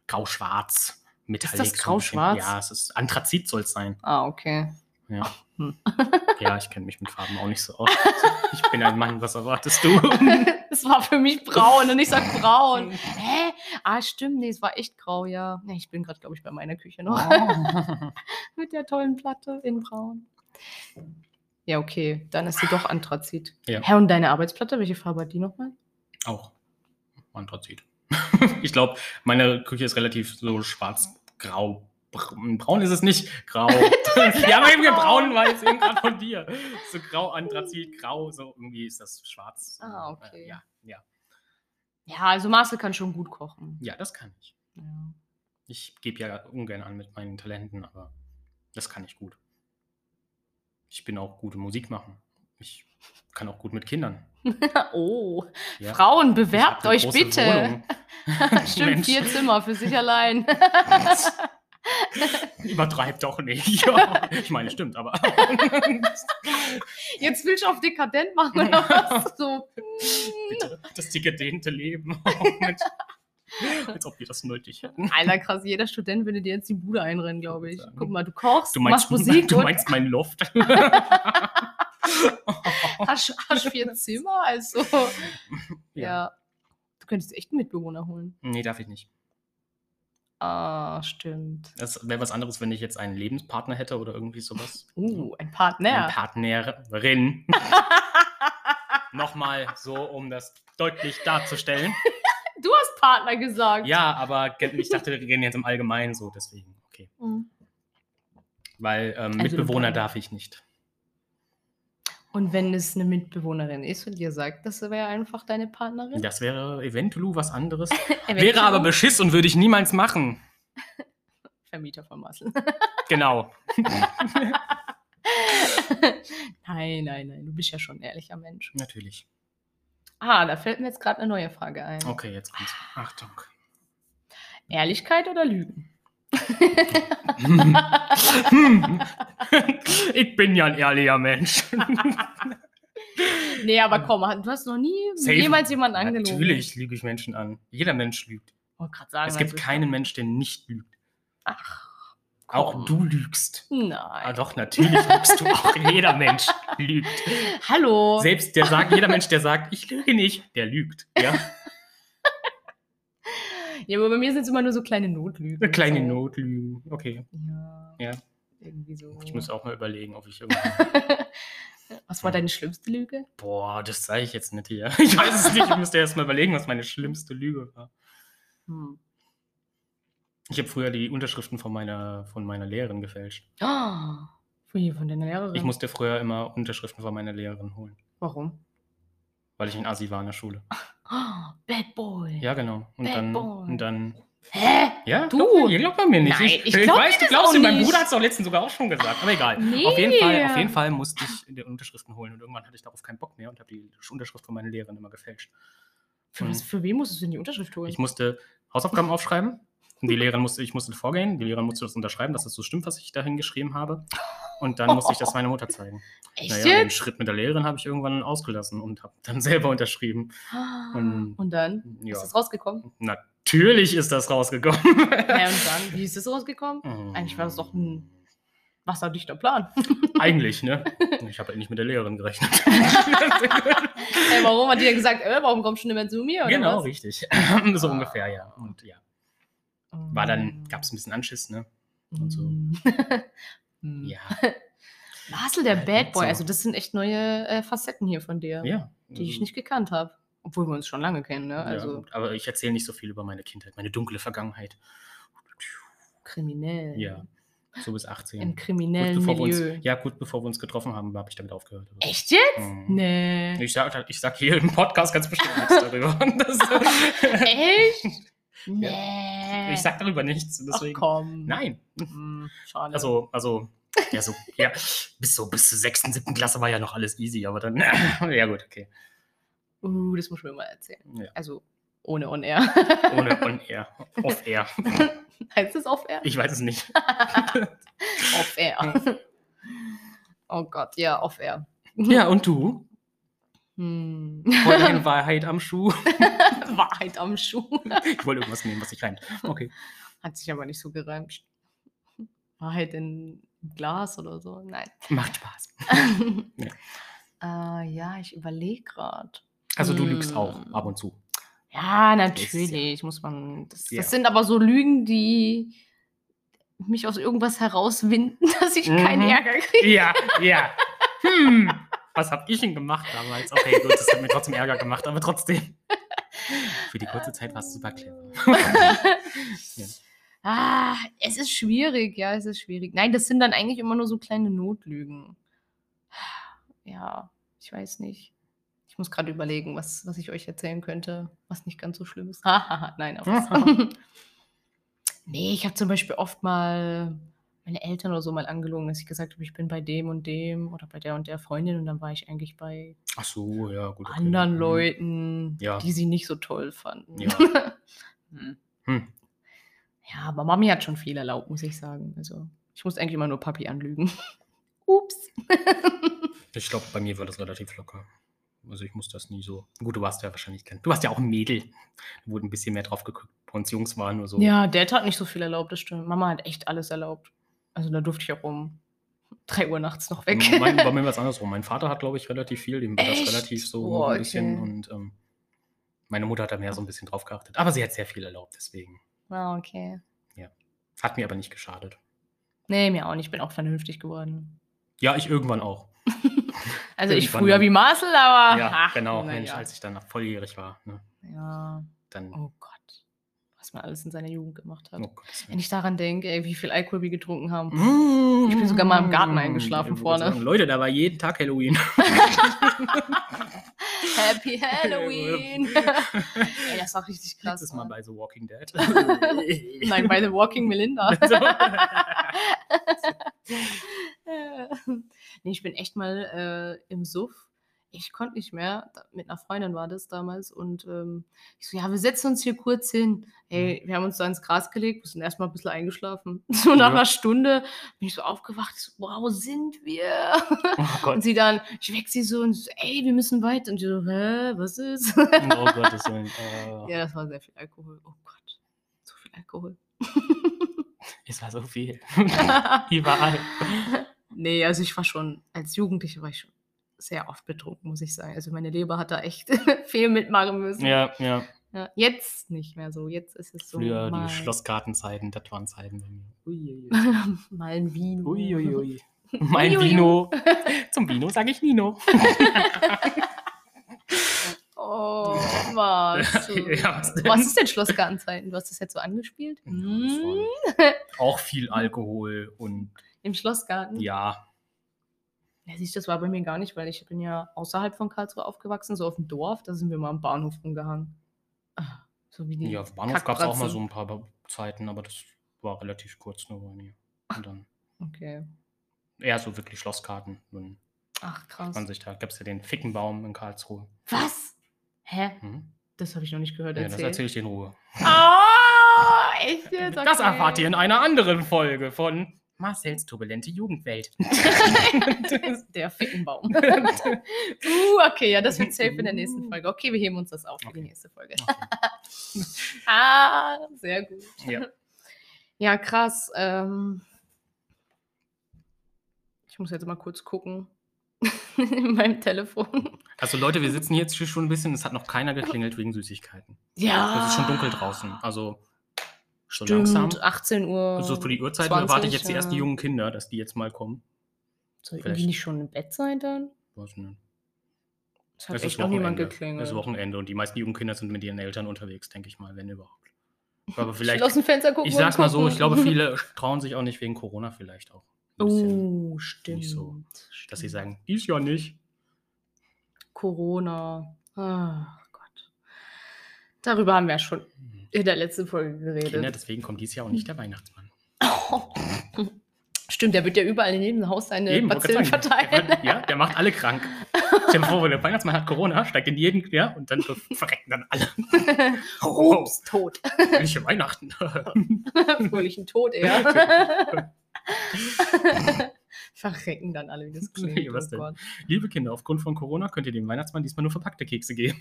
B: Grau-schwarz. Metallic.
A: Ist das
B: so ein
A: grau-schwarz?
B: bisschen. Ja, es ist Anthrazit soll es
A: [laughs]
B: sein.
A: Ah, okay.
B: Ja.
A: Hm.
B: ja, ich kenne mich mit Farben auch nicht so aus. Ich bin ein Mann, was erwartest
A: [laughs]
B: du?
A: Es war für mich braun und ich sag [laughs] braun. Hä? Ah, stimmt. Nee, es war echt grau, ja. Nee, ich bin gerade, glaube ich, bei meiner Küche noch. Oh. Mit der tollen Platte in Braun. Ja, okay. Dann ist sie doch Anthrazit.
B: Ja.
A: Hä, und deine Arbeitsplatte? Welche Farbe hat die nochmal?
B: auch. [laughs] Anthrazit. Ich glaube, meine Küche ist relativ so schwarz-grau. Braun, braun ist es nicht,
A: [laughs]
B: grau. [laughs] ja, aber eben braun war jetzt eben gerade von dir. So grau, Anthrazit, grau, so irgendwie ist das schwarz.
A: Ah, okay.
B: Äh, ja, ja.
A: Ja, also Marcel kann schon gut kochen.
B: ja, das kann ich.
A: Ja.
B: Ich gebe ja ungern an mit meinen Talenten, aber das kann ich gut. Ich bin auch gut im Musik machen. Ich kann auch gut mit Kindern.
A: [laughs] Oh,
B: Ja.
A: Frauen,
B: Ich
A: bewerbt
B: hab eine
A: euch
B: große
A: bitte.
B: Wohnung.
A: [laughs]
B: [laughs]
A: Stimmt,
B: Mensch.
A: vier Zimmer für sich
B: [laughs]
A: allein.
B: Übertreibt doch nicht. [laughs] Ja. Ich meine,
A: [laughs]
B: stimmt, aber.
A: Jetzt willst du auf dekadent machen oder was? So, hm.
B: Bitte, das dekadente Leben. [laughs] Mensch. Als ob wir das nötig hätten.
A: Alter, krass, jeder Student würde dir jetzt die Bude einrennen, glaube ich.
B: Sagen.
A: Guck mal, du kochst,
B: Du meinst,
A: machst Musik
B: du
A: und
B: meinst mein
A: [laughs]
B: Loft.
A: hast, hast
B: [laughs]
A: vier Zimmer. Also, ja. Du könntest echt einen Mitbewohner holen.
B: Nee, darf ich nicht.
A: Ah, stimmt.
B: Das wäre was anderes, wenn ich jetzt einen Lebenspartner hätte oder irgendwie sowas.
A: Uh, ein
B: Eine
A: Partner.
B: Partnerin.
A: [laughs]
B: Nochmal so, um das deutlich
A: [laughs]
B: darzustellen.
A: Du hast Partner gesagt.
B: Ja, aber gen- ich dachte, wir reden jetzt im Allgemeinen so, deswegen. Okay.
A: Mhm.
B: Weil ähm,
A: Also
B: Mitbewohner
A: eine-
B: darf ich nicht.
A: Und wenn es eine Mitbewohnerin ist und dir sagt, das wäre einfach deine Partnerin?
B: Das wäre eventuell was anderes.
A: [laughs] Eventuell
B: wäre aber beschiss und würde ich niemals machen.
A: Vermieter von Marcel.
B: Genau.
A: [laughs] nein, nein, nein, du bist ja schon ein ehrlicher Mensch.
B: Hm. Natürlich.
A: Ah, da fällt mir jetzt gerade eine neue Frage ein.
B: Okay, jetzt kommt's. Achtung.
A: Ehrlichkeit oder Lügen?
B: Hm. [laughs] ich bin ja ein ehrlicher Mensch.
A: Nee, aber komm, du hast noch nie
B: Safe.
A: jemals jemanden angelogen.
B: Natürlich lüge ich Menschen an. Jeder Mensch lügt.
A: Wollte gerade sagen.
B: es gibt
A: also-
B: keinen Mensch, der nicht lügt.
A: Ach, komm.
B: Auch du lügst. Ah,
A: Nein.
B: doch, natürlich lügst du
A: [laughs]
B: auch. Jeder Mensch lügt.
A: Hallo.
B: Selbst der sagt, jeder Mensch, der sagt, ich lüge nicht, der lügt.
A: [laughs]
B: Ja?
A: Ja, aber bei mir sind es immer nur so kleine Notlügen.
B: Kleine
A: so.
B: Notlügen. Okay.
A: Ja.
B: Ja.
A: Irgendwie so.
B: Ich muss auch mal überlegen, ob ich irgendwie. [laughs]
A: [laughs] Was war deine schlimmste Lüge?
B: Boah, das sage ich jetzt nicht hier. [laughs] Ich weiß es nicht. Ich müsste erst mal überlegen, was meine schlimmste Lüge war.
A: Hm.
B: Ich habe früher die Unterschriften von meiner, von meiner Lehrerin gefälscht.
A: Ah, Ui, von deiner Lehrerin.
B: Ich musste früher immer Unterschriften von meiner Lehrerin holen,
A: Warum?
B: weil ich ein Asi war in der Schule.
A: Ah, Bad Boy.
B: Ja, genau. Und
A: Bad
B: dann,
A: boy.
B: und dann.
A: Hä?
B: Ja,
A: Du?
B: Glaub, ihr glaubt bei mir nicht.
A: Nein, ich
B: ich
A: glaub dir
B: weiß,
A: das
B: du
A: auch
B: glaubst mir. Mein
A: nicht.
B: Bruder hat es doch letztens sogar auch schon gesagt. Aber egal.
A: Nee.
B: Auf, jeden Fall, auf jeden Fall musste ich die Unterschriften holen und irgendwann hatte ich darauf keinen Bock mehr und habe die Unterschrift von meiner Lehrerin immer gefälscht.
A: Für, was, für wen musstest du denn die Unterschrift holen?
B: Ich musste Hausaufgaben aufschreiben. Und die Lehrerin musste, ich musste vorgehen, die Lehrerin musste das unterschreiben, dass das so stimmt, was ich dahin geschrieben habe. Und dann musste ich das meiner Mutter
A: [laughs]
B: zeigen.
A: Echt
B: Naja, den
A: jetzt?
B: Schritt mit der Lehrerin habe ich irgendwann ausgelassen und habe dann selber unterschrieben.
A: Ah,
B: Und-
A: Und dann?
B: Ja.
A: Ist das
B: [laughs]
A: rausgekommen?
B: Natürlich ist das rausgekommen.
A: Ja, und dann? Wie ist das rausgekommen? Eigentlich war das doch ein- Wasserdichter [laughs] Plan.
B: Eigentlich, ne? Ich habe halt nicht mit der Lehrerin gerechnet.
A: [laughs] Ey, warum hat die denn gesagt, äh, warum kommst du nicht mehr zu mir? Oder
B: genau,
A: was?
B: richtig. [laughs] so ungefähr, ja. Und ja, war dann,
A: Mm.
B: gab es ein bisschen Anschiss, ne? und so.
A: ja.
B: [laughs]
A: [laughs]
B: Ja,
A: Marcel, Mm. der Bad Boy,
B: So.
A: also das sind echt neue äh, Facetten hier von dir,
B: ja.
A: die ich nicht gekannt habe. Obwohl wir uns schon lange kennen, ne?
B: ja,
A: Also
B: gut, aber ich erzähle nicht so viel über meine Kindheit, meine dunkle Vergangenheit.
A: kriminell.
B: Ja, so bis 18.
A: Im
B: Kurz
A: kriminellen
B: bevor wir
A: Milieu.
B: uns, ja, kurz bevor wir uns getroffen haben, habe ich damit aufgehört. Aber-
A: Echt jetzt?
B: Mhm.
A: Nee.
B: Ich sage ich sag hier im Podcast ganz bestimmt nichts darüber. [laughs] Das, [laughs]
A: Echt? [laughs] Nee.
B: ich sag darüber nichts.
A: Ach
B: Deswegen.
A: komm.
B: Nein.
A: Hm, schade.
B: Also, also, ja, so, ja, bis so, bis zur sechsten, siebten Klasse war ja noch alles easy, aber dann, [laughs] ja gut, okay.
A: Uh, das muss ich mir mal erzählen.
B: Ja.
A: Also ohne On Air. [laughs]
B: Ohne on air, off air.
A: heißt das Off
B: [laughs]
A: Air?
B: Ich weiß es nicht.
A: Off Air. [laughs] oh Gott, ja, Off Air.
B: Ja, und du?
A: Hm. [laughs]
B: Vorhin Wahrheit am Schuh.
A: Wahrheit am Schuh.
B: Ich wollte irgendwas nehmen, was sich reimt. Okay.
A: Hat sich aber nicht so gereimt. Wahrheit in Glas oder so.
B: [laughs]
A: Nein.
B: Macht Spaß.
A: [laughs] äh, ja, ich überlege gerade.
B: Also du
A: Hm.
B: lügst auch ab und zu.
A: Ja,
B: Ist
A: natürlich muss man. Das,
B: Ja.
A: das sind aber so Lügen, die mich aus irgendwas herauswinden, [laughs] dass ich keinen
B: Mhm.
A: Ärger kriege.
B: Ja, ja. Hm. Was hab ich denn gemacht damals? Okay, gut, das hat mir trotzdem Ärger gemacht,
A: [laughs]
B: aber trotzdem. Für die kurze Zeit war es super clever. Ja.
A: Ah, es ist schwierig, ja, es ist schwierig. Nein, das sind dann eigentlich immer nur so kleine Notlügen. Ja, ich weiß nicht. Ich muss gerade überlegen, was, was ich euch erzählen könnte, was nicht ganz so schlimm ist. [laughs] Hahaha, Nein, aber. nee, ich habe zum Beispiel oft mal meine Eltern oder so mal angelogen, dass ich gesagt habe, ich bin bei dem und dem oder bei der und der Freundin und dann war ich eigentlich bei
B: Ach so, ja, gut. okay.
A: anderen
B: Mhm.
A: Leuten,
B: Ja.
A: die sie nicht so toll fanden.
B: Ja.
A: [laughs] hm.
B: Hm.
A: ja, aber Mami hat schon viel erlaubt, muss ich sagen. Also ich muss eigentlich immer nur Papi anlügen. [laughs] Ups.
B: Ich glaube, bei mir war das relativ locker. Also ich muss das nie so. Gut, du warst ja wahrscheinlich kein. Du warst ja auch ein Mädel. Da wurde ein bisschen mehr drauf geguckt. Bei uns Jungs waren nur so.
A: Ja, Dad hat nicht so viel erlaubt, das stimmt. Mama hat echt alles erlaubt. Also da durfte ich auch um 3 Uhr nachts noch weg.
B: Mein, bei mir war es andersrum. Mein Vater hat, glaube ich, relativ viel. Dem war
A: Echt?
B: das relativ so
A: Boah,
B: ein bisschen.
A: okay.
B: Und ähm, meine Mutter hat da mehr so ein bisschen drauf geachtet. Aber sie hat sehr viel erlaubt, deswegen.
A: [laughs] Ah, okay.
B: Hat mir aber nicht geschadet.
A: Nee, mir auch nicht. Ich bin auch vernünftig geworden.
B: Ja, ich irgendwann auch.
A: Also ich
B: Irgendwann
A: früher
B: dann.
A: wie Marcel, aber.
B: ja,
A: ach,
B: genau.
A: na
B: Mensch,
A: ja.
B: als ich dann volljährig war. Ne,
A: ja.
B: dann.
A: Oh Gott. Was man alles in seiner Jugend gemacht hat.
B: oh Gottes
A: Wenn
B: Willen.
A: ich daran denke, ey, wie viel Alkohol wir getrunken haben.
B: Mm.
A: Ich bin sogar mal im Garten eingeschlafen
B: Ich wollte
A: vorne.
B: sagen, Leute, da war jeden Tag Halloween. [laughs]
A: Happy Halloween! ey, das war richtig krass.
B: Letztes Mal
A: Mann.
B: bei The Walking Dead. [laughs]
A: Nein, bei [laughs] The Walking Melinda. Äh, nee, ich bin echt mal äh, im Suff. Ich konnte nicht mehr. Da- Mit einer Freundin war das damals. Und ähm, ich so, ja, wir setzen uns hier kurz hin. Ey,
B: Mhm.
A: wir haben uns da ins Gras gelegt, wir sind erstmal ein bisschen eingeschlafen. [laughs] So nach
B: Ja.
A: einer Stunde bin ich so aufgewacht. Ich so, wow, wo sind wir? [laughs]
B: oh
A: Und
B: Gott.
A: sie dann, ich weck sie so und so, ey, wir müssen weiter. Und ich so, hä, was ist? [laughs]
B: Oh Gottes Willen. Oh.
A: ja, das war sehr viel Alkohol. Oh Gott, so viel
B: [laughs]
A: Alkohol.
B: Es war so viel. Überall.
A: [laughs] Nee, also ich war schon, als Jugendliche war ich schon sehr oft betrunken, muss ich sagen. Also meine Leber hat da echt [laughs] viel mitmachen müssen.
B: Ja, ja.
A: Ja, jetzt nicht mehr so. Jetzt ist es so.
B: Früher
A: mal,
B: die Schlossgartenzeiten, das waren Zeiten bei mir. Uiuiui.
A: [laughs] mal ein Wien.
B: Uiuiui. Mein
A: Uiuiui.
B: Vino. Zum Vino sage ich Nino.
A: [laughs] Oh,
B: [laughs]
A: was.
B: Ja, was denn?
A: was ist denn Schlossgartenzeiten? Du hast das jetzt so angespielt?
B: Ja, das
A: Hm?
B: war Auch viel Alkohol und
A: Im Schlossgarten?
B: ja.
A: Ja, siehst du, das war bei mir gar nicht, weil ich bin ja außerhalb von Karlsruhe aufgewachsen, so auf dem Dorf. Da sind wir mal am Bahnhof rumgehangen. Ah, So wie die.
B: Ja, auf dem Bahnhof gab es auch mal
A: Kackbratze.
B: so ein paar Zeiten, aber das war relativ kurz nur bei mir. Und dann
A: Okay.
B: eher so wirklich Schlosskarten. Dann
A: Ach, krass.
B: man sich da gab es ja den Fickenbaum in Karlsruhe.
A: Was? Hä?
B: Hm?
A: Das habe ich noch nicht gehört.
B: Ja, das
A: erzähl.
B: erzähle ich dir in Ruhe.
A: Ah, echt jetzt?
B: Das
A: Okay.
B: erfahrt ihr in einer anderen Folge von Marcells turbulente Jugendwelt.
A: [laughs] Der Fickenbaum. [laughs] uh, okay, ja, das wird safe in der nächsten Folge. Okay, wir heben uns das auf für
B: Uh. Okay.
A: die nächste Folge.
B: Okay.
A: Ah, sehr gut.
B: [laughs] Ja.
A: Ja, krass. Ähm, ich muss jetzt mal kurz gucken. [laughs] in meinem Telefon.
B: Also Leute, wir sitzen jetzt hier schon ein bisschen, es hat noch keiner geklingelt wegen Süßigkeiten.
A: Ja.
B: Es ist schon dunkel draußen, also so
A: Ah. Stimmt,
B: langsam.
A: 18 Uhr.
B: Also für die Uhrzeit
A: 20,
B: erwarte ich jetzt die
A: ja.
B: ersten jungen Kinder, dass die jetzt mal kommen.
A: Sollten die
B: vielleicht.
A: nicht schon im Bett sein dann?
B: Weiß nicht.
A: Es hat
B: ne? Es
A: echt noch niemand
B: Es
A: geklingelt.
B: ist Wochenende und die meisten jungen Kinder sind mit ihren Eltern unterwegs, denke ich mal, wenn überhaupt. Aber vielleicht,
A: Schlossen Fenster gucken.
B: ich
A: und
B: sag's mal so,
A: gucken.
B: ich
A: [laughs]
B: glaube, viele trauen sich auch nicht wegen Corona vielleicht auch. Ein bisschen.
A: Oh, stimmt.
B: nicht so, dass sie
A: stimmt.
B: sagen, dies Jahr nicht.
A: Corona. Ach Gott. Darüber haben wir ja schon in der letzten Folge
B: Kinder,
A: geredet.
B: deswegen kommt dies Jahr auch nicht der Weihnachtsmann.
A: Stimmt, der wird ja überall in jedem Haus seine
B: wollte
A: Bazillen
B: gerade sagen,
A: verteilen.
B: Der, wird- ja, der macht alle krank.
A: [laughs]
B: Stell dir vor, wenn der Weihnachtsmann hat Corona, steigt in jeden, ja, und dann verrecken dann alle. [laughs] Oh,
A: Ups, tot.
B: fröhliche Weihnachten.
A: [laughs] Fröhlichen Tod
B: [laughs]
A: eher. [laughs] Verrecken dann alle, wie
B: [laughs]
A: das klingt. Oh
B: Was denn?
A: Gott.
B: Liebe Kinder, aufgrund von Corona könnt ihr dem Weihnachtsmann diesmal nur verpackte
A: [laughs]
B: Kekse geben.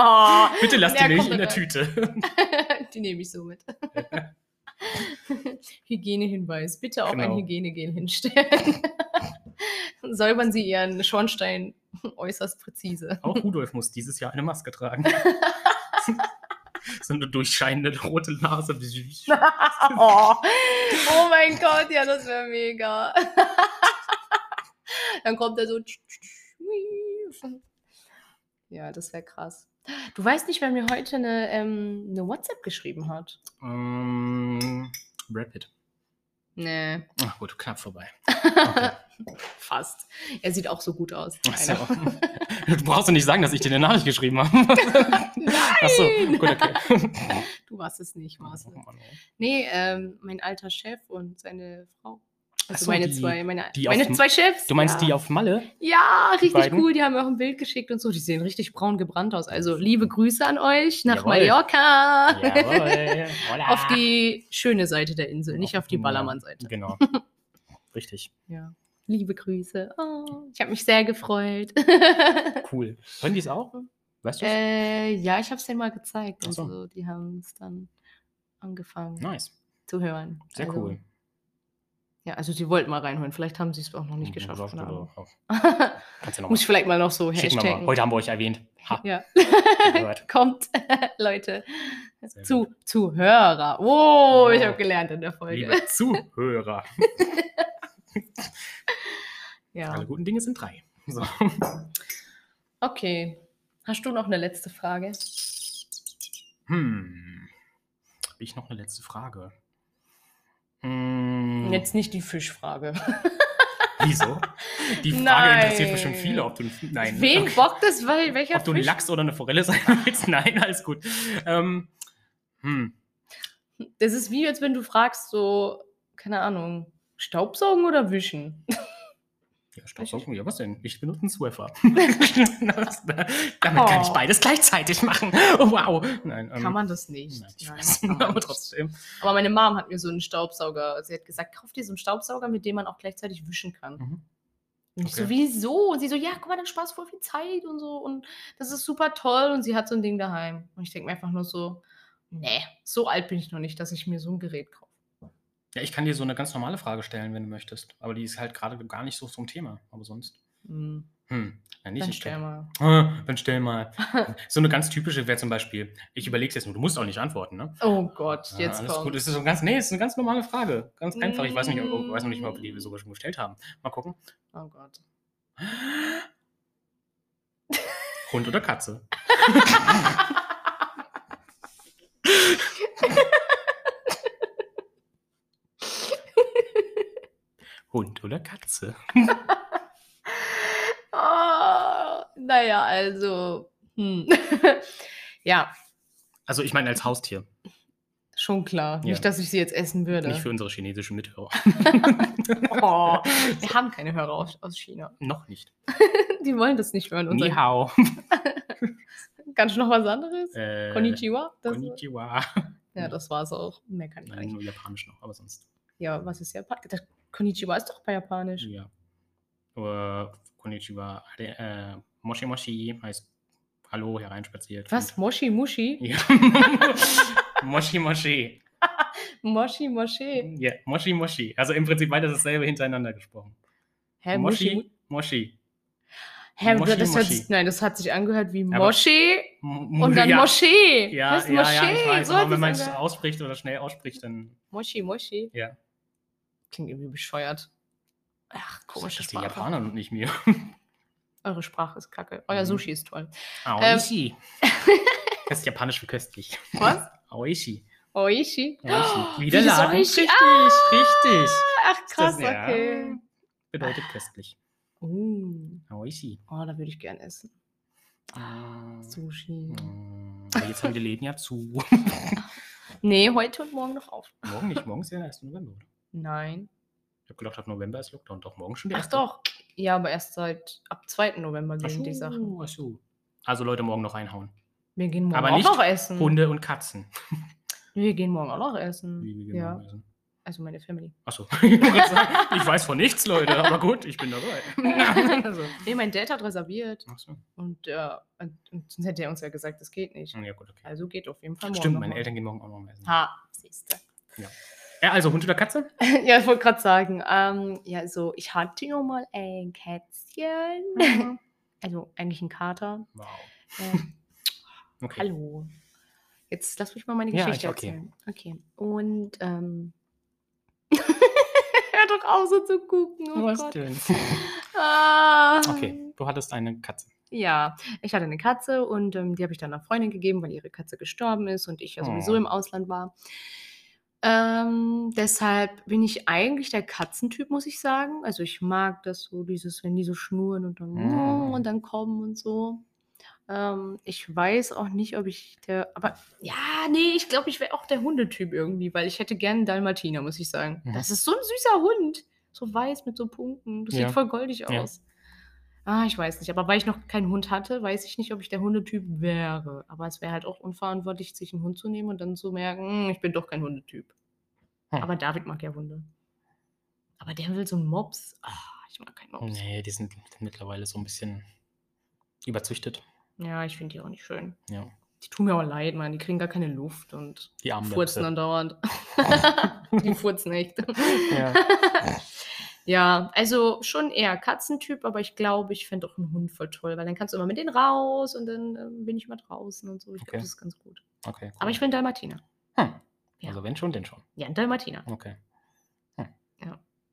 A: Oh,
B: Bitte lasst
A: Ja,
B: die Milch
A: komm, äh,
B: in der
A: dann.
B: Tüte.
A: [laughs] die nehme ich so mit. [laughs] Hygienehinweis. Bitte auch ein
B: Genau.
A: Hygienegel hinstellen. [laughs] Säubern Sie Ihren Schornstein [laughs] äußerst präzise.
B: Auch Rudolf muss dieses Jahr eine
A: [laughs]
B: Maske tragen. so eine durchscheinende rote Nase.
A: [laughs] oh. oh mein Gott, ja, das wäre mega. [laughs] Dann kommt er so. Ja, das wäre krass. Du weißt nicht, wer mir heute eine, ähm, eine WhatsApp geschrieben hat.
B: Ähm, Brad Pitt.
A: Nee,
B: Ach gut, knapp vorbei. Okay.
A: fast. Er sieht auch so gut aus.
B: Ach so. [laughs] Du brauchst doch nicht sagen, dass ich dir eine Nachricht
A: [laughs]
B: geschrieben habe.
A: Nein!
B: Ach so,
A: [laughs]
B: gut, okay.
A: Du warst es nicht, Marcel.
B: Oh Mann, ey.
A: Nee, ähm, mein alter Chef und seine Frau. Also
B: so,
A: meine
B: die-
A: zwei, meine,
B: die
A: meine
B: auf dem-
A: zwei Chefs.
B: Du meinst
A: ja.
B: die auf Malle?
A: Ja, richtig
B: beiden?
A: cool. Die haben mir auch ein Bild geschickt und so. Die sehen richtig braun gebrannt aus. Also liebe Grüße an euch nach
B: Jawohl.
A: Mallorca.
B: Jawohl.
A: [laughs]
B: Hola.
A: auf die schöne Seite der Insel, nicht auf die
B: Ja,
A: Ballermann-Seite.
B: Genau.
A: [laughs]
B: Richtig.
A: Ja. Liebe Grüße. Oh, ich habe mich sehr gefreut.
B: Cool. Hören die es auch? Weißt du
A: [laughs]
B: es?
A: äh, ja, ich habe es denen mal gezeigt.
B: Ach so.
A: Und so. Die haben es dann angefangen
B: Nice.
A: zu hören.
B: Sehr
A: also,
B: cool.
A: Ja, also sie wollten mal reinhören. Vielleicht haben sie es auch noch nicht geschafft.
B: Sagst Mhm, du
A: keine Ahnung.
B: doch auch. Kannst ja
A: [laughs]
B: nochmal.
A: Muss ich vielleicht mal noch so
B: Schicken wir mal.
A: hashtaggen.
B: Heute haben wir euch erwähnt. Ha.
A: Ja.
B: gehört.
A: Kommt, [laughs] Leute.
B: Sehr
A: Zu, Zuhörer. Oh, ich
B: Oh.
A: habe gelernt in der Folge.
B: Liebe Zuhörer.
A: Ja.
B: Alle guten Dinge sind drei. So.
A: Okay. Hast du noch eine letzte Frage?
B: Hm. Hab ich noch eine letzte Frage? Hm.
A: Jetzt nicht die Fischfrage.
B: Wieso? Die Frage
A: Nein.
B: interessiert bestimmt viele, ob du ein-
A: [laughs]
B: nein,
A: Wen
B: okay.
A: bockt es? Weil, welcher
B: ob du ein
A: Fisch?
B: Lachs oder eine Forelle sein [laughs] willst. Nein, alles gut. Ähm, hm.
A: Das ist wie, als wenn du fragst, so, keine Ahnung, Staubsaugen oder Wischen?
B: Ja, Staubsaugen, ja, was denn? Ich benutze einen [laughs] Swiffer. Das- Damit kann ich
A: Oh.
B: beides gleichzeitig machen. Oh, wow. Nein, ähm,
A: Kann man das nicht.
B: Nein, ich
A: Nein,
B: weiß,
A: kann man
B: [laughs] aber
A: nicht.
B: trotzdem.
A: Aber meine Mom hat mir so einen Staubsauger, sie hat gesagt, kauf dir so einen Staubsauger, mit dem man auch gleichzeitig wischen kann.
B: Mhm.
A: Und ich so,
B: Okay.
A: wieso? Und sie so, ja, guck mal, dann sparst du voll viel Zeit und so. Und das ist super toll. Und sie hat so ein Ding daheim. Und ich denke mir einfach nur so, nee, so alt bin ich noch nicht, dass ich mir so ein Gerät kaufe.
B: Ja, ich kann dir so eine ganz normale Frage stellen, wenn du möchtest. Aber die ist halt gerade gar nicht so zum Thema. Aber sonst.
A: Hm,
B: Hm. Nein, nicht
A: dann
B: ich-
A: stell mal.
B: Ah, dann
A: [laughs]
B: stell mal. So eine ganz typische wäre zum Beispiel, ich überlege jetzt nur, du musst auch nicht antworten, ne?
A: Oh Gott,
B: Ja,
A: jetzt
B: alles
A: kommt.
B: gut. Es ist so ganz, nee, es ist eine ganz normale Frage. Ganz einfach. Ich weiß, nicht, ob,
A: Mm.
B: weiß noch nicht mal, ob wir die sogar schon gestellt haben. Mal gucken.
A: Oh Gott.
B: Hund
A: [laughs]
B: oder Katze? Hund oder Katze?
A: Ah, naja, also, hm. [laughs] ja,
B: Also ich meine als Haustier,
A: schon klar.
B: Ja.
A: Nicht, dass ich sie jetzt essen würde.
B: nicht für unsere chinesischen Mithörer.
A: [laughs]
B: [laughs]
A: oh, wir haben keine Hörer aus, aus China. [laughs]
B: Noch nicht.
A: Die wollen das nicht hören.
B: Ni
A: Unser, [laughs]
B: hao.
A: kannst du noch was anderes?
B: Äh,
A: Konnichiwa? Das,
B: Konnichiwa.
A: ja, das war's auch. Mehr kann ich
B: Nein,
A: nicht.
B: nur japanisch noch, aber sonst.
A: Ja, was ist Japanisch? Das Konnichiwa ist doch bei Japanisch.
B: Ja. Aber Konnichiwa, äh, Moshi Moshi heißt Hallo hereinspaziert.
A: Was?
B: Und- [laughs]
A: Moshi Mushi?
B: Ja. Moshi Moshi.
A: Moshi Moshi.
B: Ja, Moshi Moshi. Also im Prinzip beides dasselbe hintereinander gesprochen.
A: Hä,
B: Moshi, Moshi.
A: Hä,
B: Moshi,
A: das hat,
B: Moshi.
A: nein, das hat sich angehört wie
B: aber-
A: Moshi
B: M-
A: und dann
B: ja.
A: Moschee.
B: Ja,
A: Heißt
B: ja, ja, ich weiß,
A: so hat
B: aber wenn
A: es
B: man es
A: angehört.
B: ausspricht oder schnell ausspricht, dann.
A: Moshi, Moshi.
B: Ja.
A: Klingt irgendwie bescheuert. Ach, komische
B: das die
A: Sprache.
B: Japaner und nicht mir.
A: Eure Sprache ist kacke. Euer
B: Mhm.
A: Sushi ist toll. [laughs]
B: Aoishi. das ist japanisch für köstlich.
A: Was? [gasps]
B: Oishi.
A: Oishi?
B: Oishi.
A: Wie
B: Wieder
A: das Oishi-
B: Laden. Richtig,
A: Ah!
B: richtig.
A: Ach, krass,
B: das, ja.
A: okay.
B: Bedeutet köstlich.
A: Uh,
B: Oishi.
A: oh, da würde ich gern essen. Ah. Sushi.
B: Mm, Aber Hm. jetzt haben die Läden ja zu.
A: Nee, heute und morgen noch auf.
B: morgen nicht, morgen ist ja der 1. November. oder?
A: Nein.
B: Ich habe gedacht, ab November ist Lockdown. Doch, morgen schon der
A: Ach doch. Ja, aber erst seit ab 2. November
B: Ach
A: gehen die Sachen.
B: so, ach so. Also Leute, morgen noch reinhauen.
A: Wir gehen morgen
B: Aber
A: auch
B: nicht
A: noch essen.
B: Hunde und Katzen.
A: Wir gehen morgen auch noch essen.
B: Wie wir genau
A: ja,
B: wissen.
A: also meine
B: [laughs]
A: Family. [laughs]
B: Achso, ich wollte gerade sagen, ich weiß von nichts, Leute, aber gut, ich bin
A: [laughs]
B: dabei. also.
A: Nee, mein Dad hat reserviert
B: Achso,
A: und, äh, und, und sonst hätte er uns ja gesagt, das geht nicht.
B: Hm, ja gut, okay.
A: Also geht auf jeden Fall morgen.
B: Stimmt,
A: noch
B: meine
A: mal.
B: Eltern gehen morgen auch noch mal essen.
A: Ha, siehst
B: Ja, also Hund oder Katze?
A: [laughs] Ja, ich wollte gerade sagen, ähm, ja, so, ich hatte noch mal ein Kätzchen.
B: [laughs]
A: Also eigentlich ein Kater.
B: Wow.
A: Äh,
B: Okay.
A: Hallo. Jetzt lass mich mal meine
B: Ja,
A: Geschichte
B: ich- okay.
A: erzählen. Okay. Und ähm, [laughs] hör doch auf, so zu gucken. Oh [laughs]
B: Was
A: Gott.
B: denn?
A: Ah.
B: Okay, du hattest eine Katze.
A: Ja, ich hatte eine Katze und ähm, die habe ich dann einer Freundin gegeben, weil ihre Katze gestorben ist und ich ja sowieso
B: Oh.
A: im Ausland war. Ähm, deshalb bin ich eigentlich der Katzentyp, muss ich sagen. Also ich mag das so, dieses, wenn die so schnurren und dann,
B: Mm.
A: und dann kommen und so. Ähm, ich weiß auch nicht, ob ich der, aber ja, nee, ich glaube, ich wäre auch der Hundetyp irgendwie, weil ich hätte gern einen Dalmatiner, muss ich sagen.
B: Mhm.
A: Das ist so ein süßer Hund. So weiß mit so Punkten. Das
B: Ja.
A: sieht voll goldig
B: Ja.
A: aus. Ah, ich weiß nicht. Aber weil ich noch keinen Hund hatte, weiß ich nicht, ob ich der Hundetyp wäre. Aber es wäre halt auch unverantwortlich, sich einen Hund zu nehmen und dann zu merken, "Hm, ich bin doch kein Hundetyp.
B: Hm.
A: Aber David mag ja Hunde. Aber der will so einen Mops. Ah, ich mag keinen Mops.
B: Nee, die sind mittlerweile so ein bisschen überzüchtet.
A: Ja, ich finde die auch nicht schön.
B: Ja,
A: Die tun mir auch leid, man. Die kriegen gar keine Luft und
B: die armen
A: furzen
B: Möpse. [laughs]
A: andauernd. die furzen echt.
B: Ja.
A: Ja, also schon eher Katzentyp, aber ich glaube, ich fände auch einen Hund voll toll, weil dann kannst du immer mit denen raus und dann ähm, bin ich mal draußen und so. Ich
B: Okay.
A: glaube, das ist ganz gut.
B: [laughs] Okay. Cool.
A: Aber ich bin Dalmatiner.
B: Hm.
A: Ja.
B: Also wenn schon, denn schon.
A: Ja, ein Dalmatiner.
B: Okay.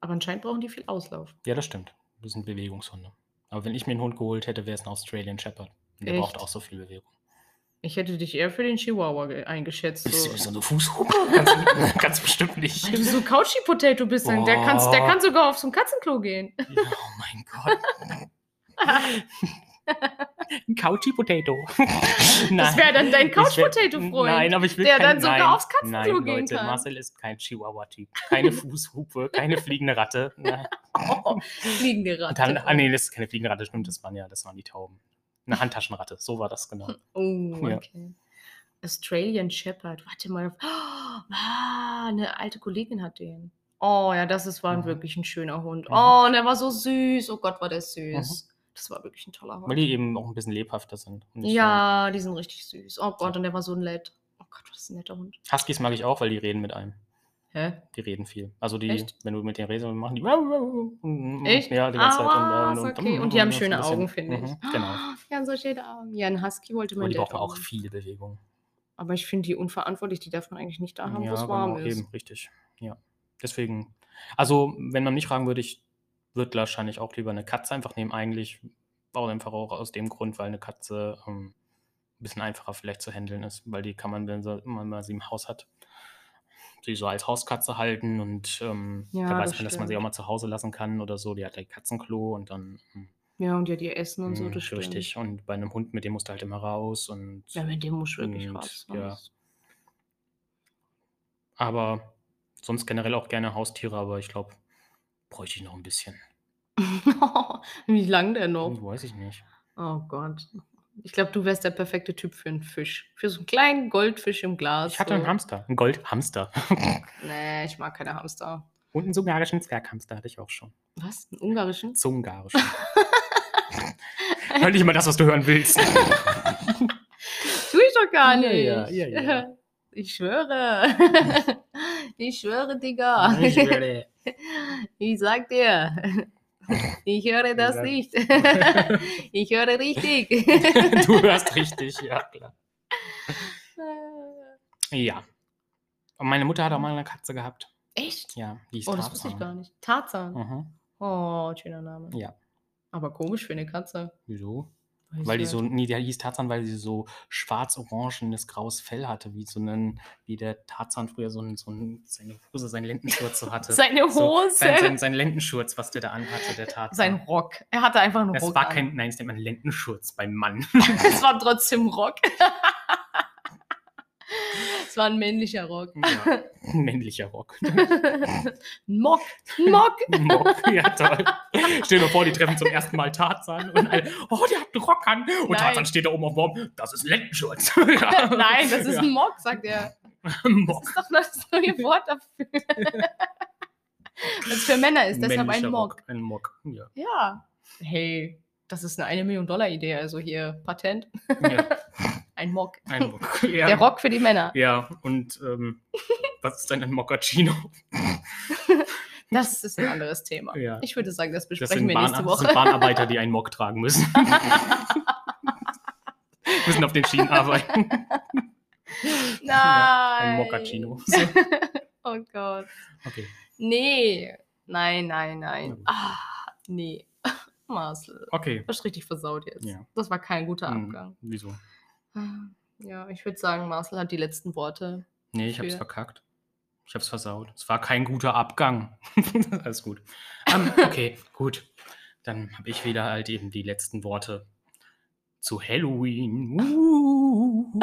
A: Aber anscheinend brauchen die viel Auslauf.
B: Ja, das stimmt. Das sind Bewegungshunde. Aber wenn ich mir einen Hund geholt hätte, wäre es ein Australian Shepherd. Und der
A: Echt?
B: braucht auch so viel Bewegung.
A: Ich hätte dich eher für den Chihuahua ge- eingeschätzt.
B: Bist
A: So.
B: du so eine Fußhupe? [laughs] ganz, ganz bestimmt nicht.
A: [laughs] Weil du so Couchy Potato bist, dann der, kannst, der
B: Boah.
A: kann sogar auf so ein Katzenklo gehen.
B: Ja, oh mein Gott.
A: [laughs]
B: Ein Couchy Potato.
A: [laughs] Das wäre dann dein Couch
B: Ich wär-
A: Potato Freund.
B: Nein, aber ich will
A: der
B: kein,
A: dann sogar
B: nein,
A: aufs Katzenklo
B: nein,
A: gehen
B: Leute,
A: kann.
B: Marcel ist kein Chihuahua-Typ.
A: [laughs]
B: Keine Fußhupe, keine fliegende Ratte. Nein.
A: Fliegende Ratte.
B: Und dann, ah nee, das ist keine fliegende Ratte, stimmt, das waren ja, das waren die Tauben. Eine Handtaschenratte, so war
A: [laughs]
B: das genau.
A: Oh,
B: Ja.
A: okay. Australian Shepherd. Warte mal. Ah, eine alte Kollegin hat den. Oh ja, das ist, war
B: Mhm.
A: wirklich ein schöner Hund.
B: Mhm.
A: Oh, und er war so süß. Oh Gott, war der süß. Das war wirklich ein toller
B: Weil
A: Hund.
B: die eben auch ein bisschen lebhafter sind. Und nicht
A: Ja, die sind richtig süß. Oh Gott, und der war so nett. Oh Gott, was ein netter Hund.
B: so- Huskies mag ich auch, weil die reden mit einem.
A: Hä?
B: Die reden viel. Also die,
A: Echt?
B: wenn du mit denen redest, dann machen die. und- äh,
A: Echt?
B: Mhm, Ja, die ganze Zeit. um
A: Ah, ist okay. Und die haben
B: so ein
A: schöne
B: bisschen-
A: Augen, finde ich. Ah,
B: Mhm, Genau.
A: [gasps] Die haben so schöne Augen. Ja, ein Husky wollte
B: Und
A: man
B: die brauchen auch viel Bewegung.
A: Aber ich finde die unverantwortlich. Die darf man eigentlich nicht da haben, wo es
B: genau,
A: warm ist.
B: Eben, richtig. Ja. Deswegen, also wenn man mich fragen würde, ich würde wahrscheinlich auch lieber eine Katze einfach nehmen. Eigentlich auch einfach auch aus dem Grund, weil eine Katze ähm, ein bisschen einfacher vielleicht zu handeln ist, weil die kann man, wenn, sie, wenn man sie im Haus hat, sie so als Hauskatze halten und ähm,
A: Ja,
B: da weiß
A: das
B: man, dass man sie auch
A: stimmt.
B: mal zu Hause lassen kann oder so. Die hat ein Katzenklo und dann ähm,
A: Ja, und ja, die essen und so.
B: mh,
A: Das stimmt.
B: Mhm, richtig. Und bei einem Hund, mit dem musst du halt immer raus und
A: Ja, mit dem muss ich wirklich
B: Und,
A: raus.
B: ja.
A: sonst-
B: Aber sonst generell auch gerne Haustiere, aber ich glaube, bräuchte ich noch ein bisschen.
A: [laughs] Wie lang denn noch?
B: Hm, Weiß ich nicht.
A: Oh Gott. Ich glaube, du wärst der perfekte Typ für einen Fisch. Für so einen kleinen Goldfisch im Glas.
B: Ich hatte
A: so.
B: einen Hamster, einen Goldhamster. [laughs]
A: Nee, ich mag keine Hamster.
B: Und einen ungarischen Zwerghamster hatte ich auch schon.
A: Was? Einen
B: [laughs]
A: ungarischen? [laughs]
B: Zungarischen. Hör nicht immer das, was du hören
A: [laughs]
B: willst.
A: Tue ich doch gar nicht.
B: Ja, ja, ja, ja.
A: [laughs] Ich schwöre. [laughs] Ich schwöre, Digga. [laughs]
B: Ich würde-
A: Ich sag dir.
B: [laughs]
A: Ich höre das
B: Ja.
A: nicht. [laughs] Ich höre
B: [laughs]
A: richtig.
B: [laughs]
A: [laughs]
B: du hörst richtig, ja klar. Ja. Und meine Mutter hat auch mal eine Katze gehabt.
A: Echt?
B: Ja, die ist
A: Oh, das wusste ich gar
B: Tarzan.
A: nicht. Tarzan.
B: Mhm.
A: Oh, schöner Name.
B: Ja.
A: Aber komisch für eine Katze.
B: Wieso? Weil die so, nee, der hieß Tarzan, weil sie so schwarz-orangenes graues Fell hatte, wie so einen, wie der Tarzan früher so, einen, so einen, seine Hose, seinen Lendenschurz so hatte.
A: Seine Hose.
B: So, sein, sein, sein Lendenschurz, was der da anhatte, der Tarzan.
A: Sein Rock. Er hatte einfach einen
B: das
A: Rock.
B: war
A: an. [laughs]
B: kein, nein, das nennt man Lendenschurz beim Mann.
A: Es war trotzdem Rock. es war ein männlicher Rock.
B: ja. Ein [laughs] männlicher Rock. [laughs]
A: Mock. Mock.
B: Ein Rock. Ja, toll. Stell dir vor, die treffen zum ersten Mal Tarzan und alle, oh, der hat einen Rock an. Und
A: Nein.
B: Tarzan steht da oben auf dem Baum, das ist
A: [laughs]
B: ein Lendenschurz. Ja.
A: Nein, das ist
B: ja.
A: ein Mock, sagt er.
B: ein
A: Das ist doch das neue Wort dafür. Was für Männer ist, deshalb
B: Männlicher
A: ein Mock.
B: Rock. Ein Mock, ja.
A: Ja. Hey, das ist eine 1 Million Dollar Idee, also hier Patent.
B: ja.
A: Ein Mock. [laughs]
B: Ein Mock. Ja.
A: Der Rock für die Männer.
B: Ja, und ähm, was ist denn
A: [laughs]
B: ein Moccacino?
A: Das ist ein anderes Thema.
B: Ja.
A: Ich würde sagen, das
B: Das
A: besprechen
B: sind,
A: wir
B: Bahn
A: nächste
B: das
A: Woche. [laughs]
B: sind Bahnarbeiter, die einen Mock tragen müssen. müssen auf den Schienen arbeiten.
A: Nein.
B: Ein Moccacino. So.
A: Oh Gott.
B: Okay.
A: Nee. Nein, nein,
B: Na
A: nein.
B: gut.
A: Ah, nee. [laughs] Marcel.
C: Okay.
A: Das ist richtig versaut jetzt.
C: Ja.
A: Das war kein guter
C: Hm,
A: Abgang. Ah,
C: Wieso?
A: Ja, ich würde sagen, Marcel hat die letzten Worte.
C: Nee, ich hab's
A: Für-
C: verkackt. Ich hab's versaut. Es war kein guter Abgang. [laughs] Alles gut. Ähm, okay, gut. Dann habe ich wieder halt eben die letzten Worte zu Halloween. Uh.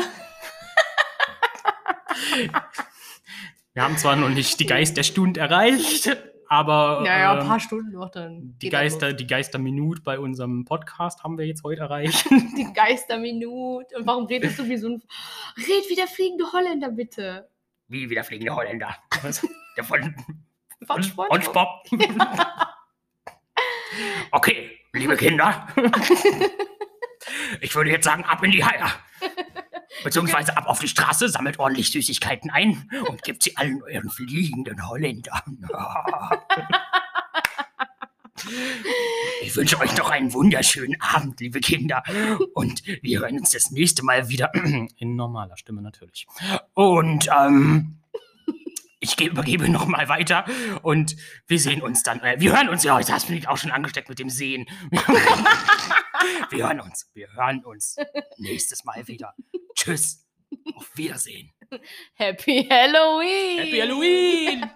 C: Wir haben zwar noch nicht die Geisterstunde erreicht, aber
B: Äh,
A: Naja, ein
C: ähm,
A: paar Stunden noch dann.
C: die
A: geht er los.
C: Geister, die Geisterminute bei unserem Podcast haben wir jetzt heute erreicht.
A: Die Geisterminute. Und warum redest du wie so ein. Red wie der fliegende Holländer, bitte.
C: Wie wieder fliegende Holländer. Der von,
A: Von
C: von
A: SpongeBob.
C: Spop. okay, liebe Kinder. ich würde jetzt sagen, ab in die Haie. Beziehungsweise ab auf die Straße, sammelt ordentlich Süßigkeiten ein und gebt sie allen euren fliegenden Holländern. Ich wünsche euch noch einen wunderschönen Abend, liebe Kinder. Und wir hören uns das nächste Mal wieder. In normaler Stimme natürlich. Und ähm, ich ge- übergebe nochmal weiter und wir sehen uns dann. Äh, wir hören uns. Ja, jetzt hast du mich auch schon angesteckt mit dem Sehen. [laughs] wir hören uns. Wir hören uns nächstes Mal wieder. Tschüss. Auf Wiedersehen.
A: Happy Halloween!
C: Halloween!